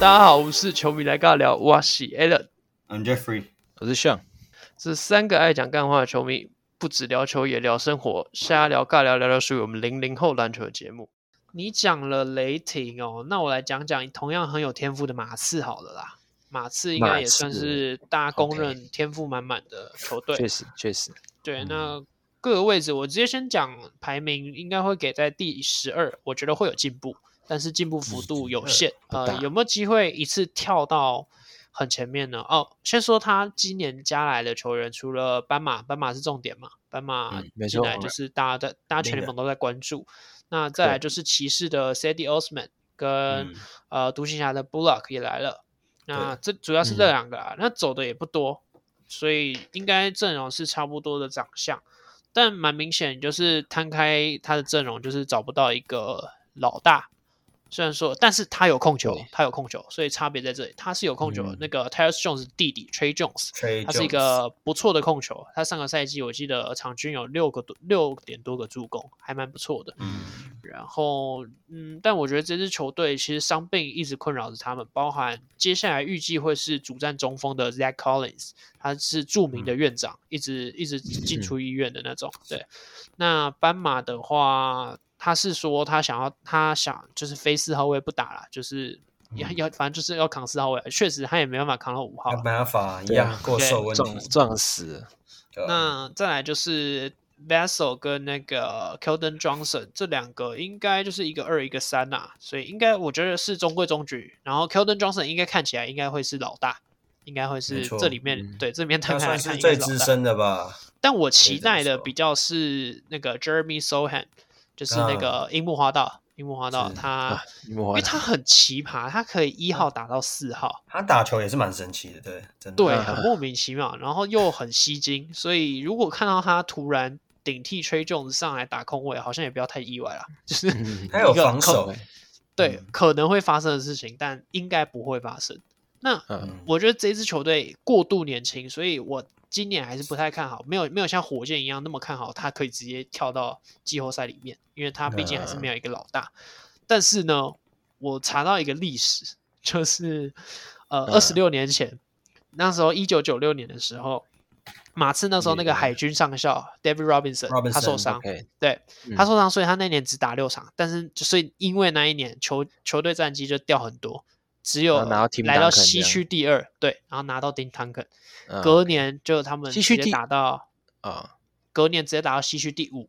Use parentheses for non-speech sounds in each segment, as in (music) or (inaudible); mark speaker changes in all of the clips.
Speaker 1: 大家好，我是球迷来尬聊，我是 Allen，
Speaker 2: I'm 嗯 Jeffrey。
Speaker 3: 我是向，
Speaker 1: 这三个爱讲干话的球迷，不只聊球也聊生活，瞎聊尬聊聊聊属于我们零零后篮球的节目。你讲了雷霆哦，那我来讲讲同样很有天赋的马刺好了啦。马刺应该也算是大家公认天赋满满的球队。
Speaker 3: 确实确实，
Speaker 1: 对，
Speaker 3: 嗯
Speaker 1: 那各个位置我直接先讲排名，应该会给在第十二，我觉得会有进步，但是进步幅度有限。
Speaker 3: 嗯不
Speaker 1: 呃
Speaker 3: 大，
Speaker 1: 有没有机会一次跳到很前面呢？哦，先说他今年加来的球员，除了斑马，斑马是重点嘛，斑马
Speaker 3: 嗯没
Speaker 1: 进
Speaker 3: 错
Speaker 1: 来就是大家在大家全联盟都在关注。那再来就是骑士的 Sadie Osman 跟、
Speaker 2: 嗯，
Speaker 1: 呃，独行侠的 Bullock 也来了。那这主要是
Speaker 3: 嗯
Speaker 1: 这两个啊，那走的也不多，所以应该阵容是差不多的长相，但蛮明显就是摊开他的阵容，就是找不到一个老大。虽然说，但是他有控球
Speaker 3: 对，
Speaker 1: 他有控球，所以差别在这里，他是有控球的。
Speaker 3: 嗯
Speaker 1: 那个 t y r e s Jones 的弟弟 Trey Jones，
Speaker 2: Trey
Speaker 1: 他是一
Speaker 2: 嗯
Speaker 1: 个不错的控球，他上个赛季我记得场均有六个多六点多个助攻，还蛮不错的。
Speaker 2: 嗯
Speaker 1: 然后，嗯，但我觉得这支球队其实伤病一直困扰着他们，包含接下来预计会是主战中锋的 Zach Collins，他是著名的院长，一直一直进出医院的那种。对，那斑马的话，他是说他想要他想就是非四号位不打了，就是要要反正就是要扛四号位，确实他也没办法扛到五号
Speaker 2: 没
Speaker 1: 啦。
Speaker 2: 办法，一
Speaker 3: 对啊
Speaker 2: 样过瘦问
Speaker 3: 撞
Speaker 2: 题。
Speaker 3: 撞死了，
Speaker 2: 对啊
Speaker 1: 那再来就是 Vessel 跟那个 Keldon Johnson 这两个，应该就是一个二一个三呐、所以应该我觉得是中规中矩。然后 Keldon Johnson 应该看起来应该会是老大，应该会
Speaker 2: 没
Speaker 1: 是
Speaker 2: 错
Speaker 1: 这里面、
Speaker 3: 嗯
Speaker 1: 对这里面摊
Speaker 2: 他
Speaker 1: 开来
Speaker 2: 算
Speaker 1: 看
Speaker 2: 是
Speaker 1: 应该是
Speaker 2: 最资
Speaker 1: 老大。
Speaker 2: 深的吧？
Speaker 1: 但我
Speaker 2: 可
Speaker 1: 期
Speaker 2: 以这么
Speaker 1: 待的
Speaker 2: 说
Speaker 1: 比较是那个 Jeremy Sohan，就是那
Speaker 2: 啊
Speaker 1: 个樱木花道，樱木花道
Speaker 2: 是哦
Speaker 1: 他，
Speaker 3: 樱木
Speaker 1: 因
Speaker 3: 花
Speaker 1: 为
Speaker 3: 道
Speaker 1: 他很奇葩，他可以一
Speaker 2: 嗯
Speaker 1: 号打到四号。
Speaker 2: 他打球也是蛮神奇的，对，真的。
Speaker 1: 对，啊
Speaker 3: 嗯
Speaker 1: 很莫名其妙，然后又很吸睛，所以如果看到他突然顶替 Trey Jones 上来打空位，好像也不要太意外啦。就是
Speaker 3: 嗯
Speaker 2: 他有
Speaker 1: 一个
Speaker 2: 防守
Speaker 3: 控，
Speaker 1: 对
Speaker 2: 嗯
Speaker 1: 可能会发生的事情，但应该不会发生。那
Speaker 3: 嗯，
Speaker 2: 嗯
Speaker 1: 我觉得这支球队过度年轻，所以我今年还是不太看好，没有没有像火箭一样那么看好他可以直接跳到季后赛里面，因为他毕竟还是没有一个老大。但是呢，我查到一个历史，就是呃二十六年前，那时候一九九六年的时候，马刺那时候那个海军上校 David Robinson 他受
Speaker 2: Robinson，
Speaker 1: 伤，
Speaker 3: OK，
Speaker 1: 对
Speaker 3: 嗯
Speaker 1: 他受伤，所以他那年只打六场，但是就所以因为那一年球球队战绩就掉很多，只有
Speaker 3: 然后拿到 Tim
Speaker 1: 来到
Speaker 3: Duncan
Speaker 1: 西
Speaker 3: 这样
Speaker 1: 区第二，对，然后拿到丁汤肯，
Speaker 3: 嗯
Speaker 1: 隔年就他们
Speaker 3: 西
Speaker 1: 直
Speaker 3: 区
Speaker 1: 接
Speaker 3: 第
Speaker 1: 打到
Speaker 3: 啊，
Speaker 1: 隔年直接打到西区第五，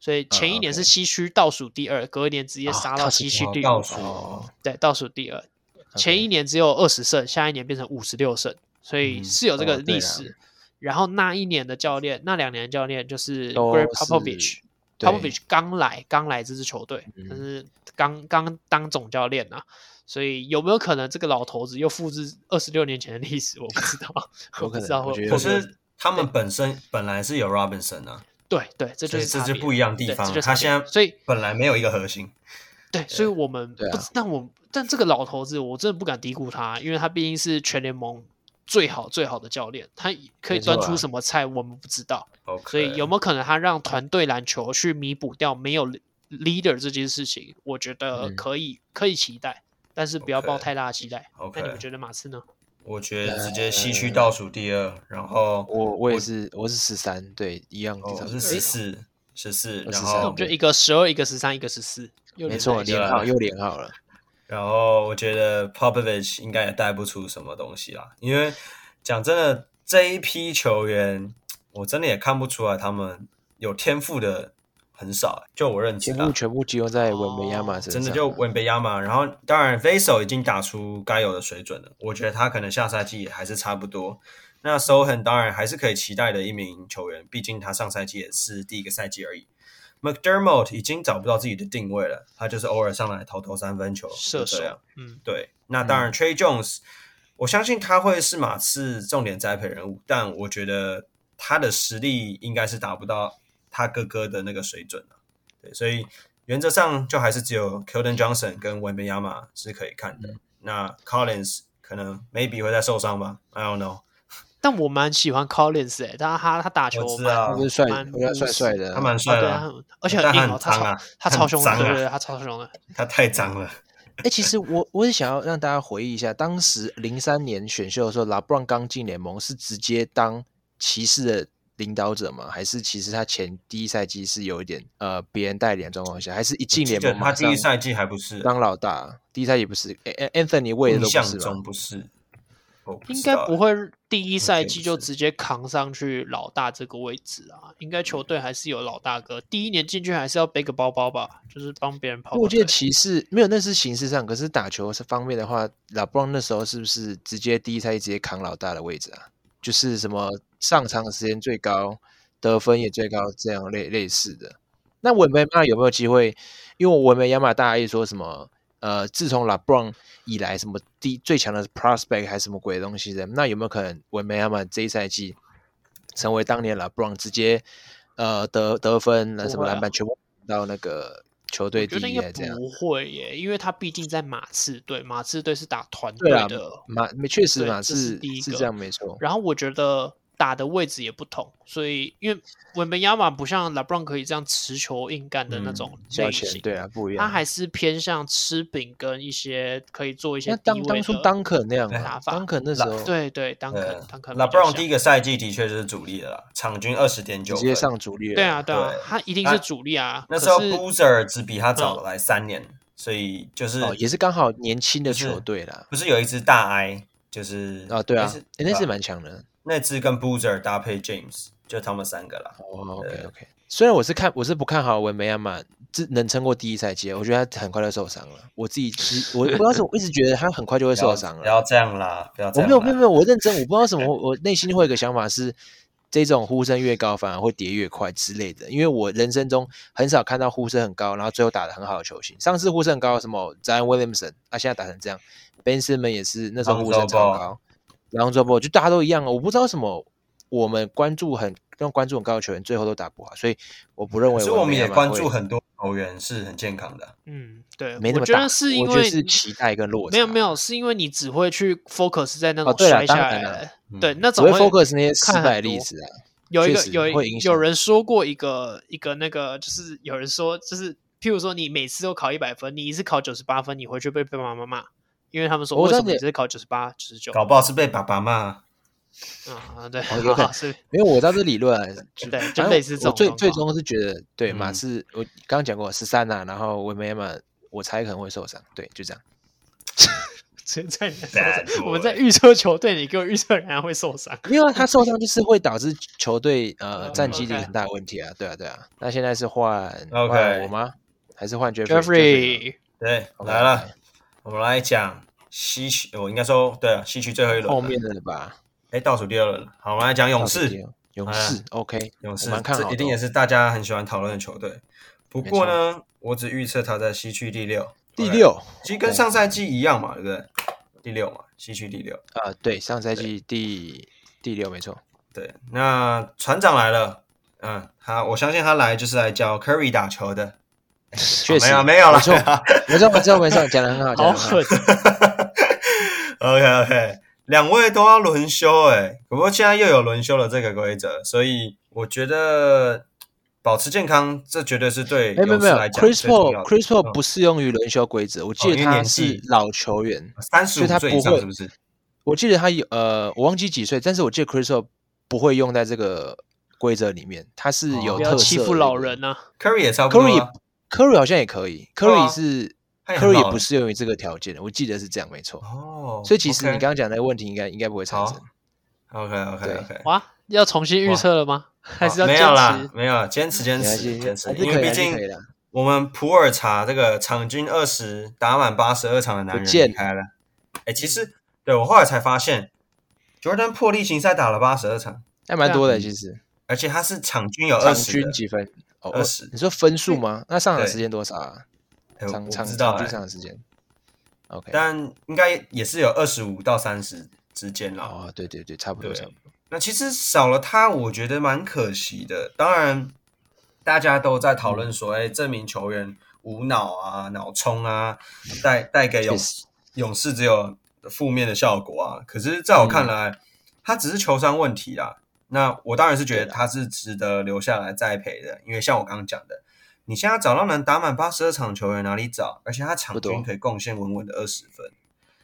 Speaker 1: 所以前一年是
Speaker 3: OK
Speaker 1: 西区倒数第二，隔一年直接
Speaker 3: 啊
Speaker 1: 杀
Speaker 3: 倒
Speaker 1: 到
Speaker 3: 数
Speaker 1: 西
Speaker 3: 第
Speaker 1: 区
Speaker 2: 二
Speaker 1: 第
Speaker 2: 倒
Speaker 1: 五
Speaker 2: 数，
Speaker 3: 哦，
Speaker 1: 对，倒数第二，前一年只有二十胜，下一年变成五十六胜，所以
Speaker 2: 嗯
Speaker 1: 是有这个
Speaker 3: 哦对
Speaker 1: 历
Speaker 3: 啦
Speaker 1: 史。然后那一年的教练，那两年的教练就是 g
Speaker 3: 都
Speaker 1: r e g
Speaker 3: 是
Speaker 1: Popovich。
Speaker 3: 对
Speaker 1: Popovich 刚来，刚来这支球队，但
Speaker 3: 嗯
Speaker 1: 是刚刚当总教练啊，所以有没有可能这个老头子又复制二十六年前的历史？我不知道， (laughs) 我
Speaker 3: 有
Speaker 1: 不
Speaker 3: 可
Speaker 1: 知
Speaker 3: 能
Speaker 1: 道会
Speaker 3: 我觉得
Speaker 1: 会
Speaker 2: 可
Speaker 1: 不会
Speaker 2: 是他们本身本来是有 Robinson 啊，
Speaker 1: 对对，这就
Speaker 2: 所以
Speaker 1: 是
Speaker 2: 这
Speaker 1: 差
Speaker 2: 就
Speaker 1: 别
Speaker 2: 不一样的
Speaker 1: 对
Speaker 2: 地
Speaker 1: 这
Speaker 2: 方
Speaker 1: 就。
Speaker 2: 他
Speaker 1: 差别
Speaker 2: 现在
Speaker 1: 所以
Speaker 2: 本来没有一个核心，
Speaker 1: 对，所以我们不
Speaker 3: 对啊
Speaker 1: 知，但我但这个老头子，我真的不敢低估他，因为他毕竟是全联盟最好最好的教练，他可以
Speaker 3: 没错
Speaker 1: 端出
Speaker 3: 啊
Speaker 1: 什么菜，我们不知道。
Speaker 2: OK
Speaker 1: 所以有没有可能他让团队篮球去弥补掉没有 leader 这件事情？我觉得
Speaker 3: 嗯
Speaker 1: 可以，可以期待，但是不要抱
Speaker 2: OK
Speaker 1: 太大的期待。那你
Speaker 2: OK，
Speaker 1: 们觉得呃马刺呢？
Speaker 2: 我觉得直接西区倒数第二，然后
Speaker 3: 我我也是我是十三，对，一样
Speaker 2: 哦
Speaker 3: 第三
Speaker 2: 是十四十四，然
Speaker 1: 那我
Speaker 2: 后
Speaker 1: 们就一个十二，一个十三，一个十四，又
Speaker 3: 没
Speaker 1: 连
Speaker 3: 错，
Speaker 1: 在一起
Speaker 3: 连
Speaker 2: 啊
Speaker 3: 号又连号了，
Speaker 2: 然后我觉得 Popovich 应该也带不出什么东西啦，因为讲真的，这一批球员，我真的也看不出来他们有天赋的很少，就我认知
Speaker 3: 全
Speaker 2: 啦
Speaker 3: 部，全部集中在文梅亚马身上，啊
Speaker 2: 真的就温贝亚马。然后当然 v a s o 已经打出该有的水准了，我觉得他可能下赛季也还是差不多。那 Sohan 当然还是可以期待的一名球员，毕竟他上赛季也是第一个赛季而已。McDermott 已经找不到自己的定位了，他就是偶尔上来投投三分球，
Speaker 1: 射
Speaker 2: 就这样
Speaker 1: 手。，嗯，
Speaker 2: 对，啊那当然、t r e y Jones，我相信他会是马刺重点栽培人物，但我觉得他的实力应该是达不到他哥哥的那个水准了。对，所以原则上就还是只有 Keldon Johnson 跟文贝亚马是可以看
Speaker 1: 嗯
Speaker 2: 的。那 Collins 可能 maybe 会再受伤吧，I don't know。
Speaker 1: 但我蛮喜欢 Collins 哎，但他他打球
Speaker 2: 我知
Speaker 1: 蛮
Speaker 2: 道
Speaker 3: 他是帅
Speaker 1: 啊蛮，
Speaker 3: 我觉得他帅帅的，
Speaker 2: 他蛮
Speaker 1: 啊
Speaker 2: 帅
Speaker 1: 对
Speaker 2: 的
Speaker 1: 啊
Speaker 2: 啊，
Speaker 1: 很而且很
Speaker 2: 但
Speaker 1: 硬
Speaker 2: 他
Speaker 1: 哦，
Speaker 2: 很
Speaker 1: 他
Speaker 2: 脏
Speaker 1: 超
Speaker 2: 啊，
Speaker 1: 他
Speaker 2: 很
Speaker 1: 超凶的，
Speaker 2: 脏
Speaker 1: 对对
Speaker 2: 啊
Speaker 1: 对，他超凶的。
Speaker 2: 他太脏了。
Speaker 3: 哎、其实我我也想要让大家回忆一下，当时零三年选秀的时候，拉布朗刚进联盟是直接当骑士的领导者吗？还是其实他前第一赛季是有一点呃别人带领的状况下，还是一进联
Speaker 2: 对
Speaker 3: 盟
Speaker 2: 他
Speaker 3: 马
Speaker 2: 第一
Speaker 3: 上
Speaker 2: 赛季还不是，
Speaker 3: 当老大？第一赛季不是诶诶 Anthony 位的
Speaker 2: 印
Speaker 3: 都不
Speaker 2: 象
Speaker 3: 是
Speaker 2: 中
Speaker 3: 吗？
Speaker 2: 不是，我不知道欸
Speaker 1: 应该不会第一赛
Speaker 2: 不
Speaker 1: 季就是直接扛上去老大这个位置啊，应该球队还是有老大哥。第一年进去还是要背个包包吧，就是帮别人跑跑腿。
Speaker 3: 我记得骑士没有，那是形式上，可是打球是方面的话，拉布朗那时候是不是直接第一赛季直接扛老大的位置啊？就是什么上场时间最高，得分也最高，这样类类似的。那文梅亚有没有机会？因为文梅亚马大家一直说什么？呃，自从拉布朗以来，什么第最强的 prospect 还是什么鬼东西的？那有没有可能文梅亚马这一赛季成为当年拉布朗直接呃得得分、那什
Speaker 1: 不
Speaker 3: 么
Speaker 1: 会啊
Speaker 3: 篮板全部到那个球队
Speaker 1: 我
Speaker 3: 第
Speaker 1: 觉得
Speaker 3: 一
Speaker 1: 应该
Speaker 3: 啊？这样
Speaker 1: 不会耶，因为他毕竟在马刺队，马刺队是打团队
Speaker 3: 对啊
Speaker 1: 的。
Speaker 3: 马没确实
Speaker 1: 对
Speaker 3: 马
Speaker 1: 这是
Speaker 3: 刺
Speaker 1: 第一
Speaker 3: 是
Speaker 1: 个
Speaker 3: 这样没错，
Speaker 1: 然后我觉得打的位置也不同，所以因为文本亚马不像拉布朗可以这样持球硬干的那种
Speaker 3: 小
Speaker 1: 类
Speaker 3: 前
Speaker 1: 型，
Speaker 3: 对啊不一
Speaker 1: 他
Speaker 3: 样。
Speaker 1: 还是偏向吃饼跟一些可以做一些
Speaker 3: 那
Speaker 1: 低
Speaker 3: 当当
Speaker 1: 位
Speaker 3: 初
Speaker 1: 的
Speaker 3: 当肯那样
Speaker 1: 打
Speaker 3: 啊，
Speaker 1: 法
Speaker 3: 当肯那时候
Speaker 1: 对对，当肯
Speaker 2: 呃
Speaker 1: 当肯比
Speaker 2: 拉
Speaker 1: 较
Speaker 2: 布朗
Speaker 1: 像
Speaker 2: 第一个赛季的确就是主力了啦，场均二十点九
Speaker 3: 直
Speaker 2: 分，
Speaker 3: 接上主力了，
Speaker 1: 对啊，对啊
Speaker 2: 对，
Speaker 1: 他一定
Speaker 2: 那
Speaker 1: 是主力啊。
Speaker 2: 那
Speaker 1: 可
Speaker 2: 时候
Speaker 1: 是
Speaker 2: Boozer 只比他早来三年，所以就是、
Speaker 3: 嗯哦也是刚好年轻的
Speaker 2: 就是
Speaker 3: 球队啦。
Speaker 2: 不是有一只大 I，就是
Speaker 3: 啊，对啊，
Speaker 2: 是
Speaker 3: 诶那是蛮强的。
Speaker 2: 那只跟 Boozer 搭配 James，就他们三个啦。
Speaker 3: 哦，OK OK。虽然我是看我是不看好文梅亚马，这能撑过第一赛季，我觉得他很快就受伤了。我自己其实我不知道为什么，我一直觉得他很快就会
Speaker 2: 不
Speaker 3: 受伤
Speaker 2: 不
Speaker 3: 了。
Speaker 2: 要这样啦，不要这
Speaker 3: 我
Speaker 2: 样啦。
Speaker 3: 没有没有没有，我认真，我不知道什么，我我内心会有一个想法是，这种呼声越高反而会跌越快之类的。因为我人生中很少看到呼声很高，然后最后打得很好的球星。上次呼声很高，什么 Zion Williamson，啊，现在打成这样，Ben Simmons 也是那时候呼声
Speaker 2: Lonzo
Speaker 3: 超
Speaker 2: Ball
Speaker 3: 高，然后 z o b 就大家都一样啊。我不知道为什么，我们关注很让关注很高的球员最后都打不好，所以我不认为
Speaker 2: 可是我们
Speaker 3: 们
Speaker 2: 也关注
Speaker 3: 很
Speaker 2: 很多球员是很健康的，
Speaker 1: 嗯，对，
Speaker 3: 没那
Speaker 1: 我
Speaker 3: 么
Speaker 1: 觉
Speaker 3: 大，
Speaker 1: 得是因
Speaker 3: 我觉得
Speaker 1: 为
Speaker 3: 是期待跟落差，
Speaker 1: 没有没有，是因为你只会去 focus 在那
Speaker 3: 啊哦
Speaker 1: 种
Speaker 3: 对啦
Speaker 1: 摔下
Speaker 3: 当
Speaker 1: 来
Speaker 3: 然啦
Speaker 1: 的，
Speaker 2: 嗯
Speaker 1: 对，那
Speaker 3: 只
Speaker 1: 种
Speaker 3: 会 focus 那些失
Speaker 1: 看很
Speaker 3: 败的例
Speaker 1: 多
Speaker 3: 子啊。
Speaker 1: 有一个
Speaker 3: 确实
Speaker 1: 有一
Speaker 3: 会影响
Speaker 1: 有人说过一个一个那个，就是有人说，就是譬如说你每次都考一百分，你一次考九十八分，你回去被被妈妈骂，因为他们说
Speaker 3: 我
Speaker 1: 为
Speaker 3: 知道
Speaker 1: 什么
Speaker 3: 你
Speaker 1: 你只考九十八、九十九
Speaker 2: 搞不好是被爸爸骂。
Speaker 1: 啊？对，
Speaker 3: 哦有可能
Speaker 1: (laughs) 是，
Speaker 3: 因为我知道这理论啊，就
Speaker 1: 对
Speaker 3: 反
Speaker 1: 就
Speaker 3: 正
Speaker 1: 类似这
Speaker 3: 我
Speaker 1: 种
Speaker 3: 最
Speaker 1: 状
Speaker 3: 最
Speaker 1: 况
Speaker 3: 终是觉得，对马
Speaker 2: 嗯
Speaker 3: 刺，我刚刚讲过十三呐，然后维梅马，我猜可能会受伤，对，就这样。
Speaker 1: 直接在你的手上。
Speaker 2: (laughs) Bad
Speaker 1: 我们
Speaker 2: boy
Speaker 1: 在预测球队，你给我预测人家会受伤。
Speaker 3: 因为啊 (laughs) 他受伤就是会导致球队
Speaker 2: 哦
Speaker 3: 呃
Speaker 1: 嗯
Speaker 3: 战绩的
Speaker 1: OK
Speaker 3: 很大的问题啊，对啊对啊。那现在是换
Speaker 2: OK
Speaker 3: 换我吗？还是换 Jeffrey？Jeffrey
Speaker 1: Jeffrey，
Speaker 2: 对
Speaker 3: OK，
Speaker 2: 来了我们来讲西区，我应该说对啊了，西区最后一轮了
Speaker 3: 后面的吧，
Speaker 2: 哎倒数第二轮了。好，我们来讲勇
Speaker 3: 到底
Speaker 2: 士，哎
Speaker 3: 有勇士 OK，
Speaker 2: 勇士
Speaker 3: 我蛮看好
Speaker 2: 这
Speaker 3: 的哦
Speaker 2: 一定也是大家很喜欢讨论的球队。不过呢，我只预测他在西区第六，
Speaker 3: 第
Speaker 2: OK
Speaker 3: 六
Speaker 2: 其实跟上赛季一样嘛，对不对？第六嘛，西区第六。
Speaker 3: 啊，对，上赛季第第六
Speaker 2: (laughs)
Speaker 3: 没错，
Speaker 2: 对，那船长来了，嗯，他我相信他来就是来教 Curry 打球的，
Speaker 3: 确实
Speaker 2: 哦没有没有
Speaker 3: 没
Speaker 2: 了。 (laughs)
Speaker 3: 错没错没错没错，讲的很好，讲
Speaker 1: 好
Speaker 3: 的很好
Speaker 1: 狠。
Speaker 2: OK OK，两位都要轮休哎、不过现在又有轮休了这个规则，所以我觉得保持健康，这绝对是对
Speaker 3: 哎，没有
Speaker 2: 勇
Speaker 3: 没
Speaker 2: 士
Speaker 3: 有
Speaker 2: 来讲最
Speaker 3: ，Chris
Speaker 2: 重要
Speaker 3: Paul
Speaker 2: 的。
Speaker 3: Chris Paul
Speaker 2: 嗯哦
Speaker 3: 不适用于轮休规则，我记
Speaker 2: 因为
Speaker 3: 得他
Speaker 2: 年
Speaker 3: 是
Speaker 2: 纪
Speaker 3: 老球员，
Speaker 2: 嗯三十
Speaker 3: 所以他
Speaker 2: 五岁以
Speaker 3: 不
Speaker 2: 上
Speaker 3: 会
Speaker 2: 是不是？
Speaker 3: 我记得他有呃，我忘记几岁，但是我记得 Chris Paul 不会用在这个规则里面，他是有
Speaker 2: 哦
Speaker 1: 不
Speaker 3: 特色
Speaker 1: 要
Speaker 3: 的
Speaker 1: 欺负老人啊呐、
Speaker 2: Curry 也差不多、
Speaker 3: Curry
Speaker 2: 啊，
Speaker 3: Curry 好像也可以
Speaker 2: 对啊
Speaker 3: ，Curry 是
Speaker 2: 他也很
Speaker 3: Curry
Speaker 2: 老
Speaker 3: 也
Speaker 2: 了
Speaker 3: 不适用于这个条件的，我记得是这样没错。
Speaker 2: 哦，
Speaker 3: 所以其实你
Speaker 2: OK
Speaker 3: 刚刚讲的问题应该应该不会产生
Speaker 2: 好。OK OK OK，
Speaker 1: 哇，要重新预测了吗？还是要
Speaker 2: 没
Speaker 1: 坚
Speaker 2: 有啦
Speaker 1: 持？，
Speaker 2: 没有啦，坚持坚
Speaker 3: 没关系
Speaker 2: 持坚持，
Speaker 3: 还是
Speaker 2: 因为
Speaker 3: 可以
Speaker 2: 毕
Speaker 3: 还是
Speaker 2: 竟
Speaker 3: 可以的
Speaker 2: 我们普洱茶这个场均二十打满八十二场的男人
Speaker 3: 不见
Speaker 2: 离开了。哎，其实对我后来才发现，Jordan 破例行赛打了八十二场，
Speaker 3: 还蛮
Speaker 1: 对啊
Speaker 3: 多的其实。
Speaker 2: 而且他是场均有
Speaker 3: 场
Speaker 2: 二十
Speaker 3: 均。几分？哦，
Speaker 2: 二十
Speaker 3: 你说分数吗？那上场
Speaker 2: 对
Speaker 3: 时间多少啊？
Speaker 2: 哎我我
Speaker 3: 场
Speaker 2: 不
Speaker 3: 场
Speaker 2: 知道
Speaker 3: 场均上
Speaker 2: 哎，
Speaker 3: 场时间？OK。
Speaker 2: 但应该也是有二十五到三十之间啦。
Speaker 3: 哦，对对对，差不多
Speaker 2: 对
Speaker 3: 差不多。
Speaker 2: 那其实少了他，我觉得蛮可惜的。当然，大家都在讨论说，哎、这名球员无脑啊、脑冲啊，带带给勇
Speaker 3: 确实
Speaker 2: 勇士只有负面的效果啊。可是，在我
Speaker 3: 嗯
Speaker 2: 看来，他只是球商问题啊啦。那我当然是觉得他是值得留下来栽培的，因为像我刚刚讲的，你现在找到能打满八十二场球员哪里找？而且他场
Speaker 3: 不多
Speaker 2: 均可以贡献稳稳的二十分。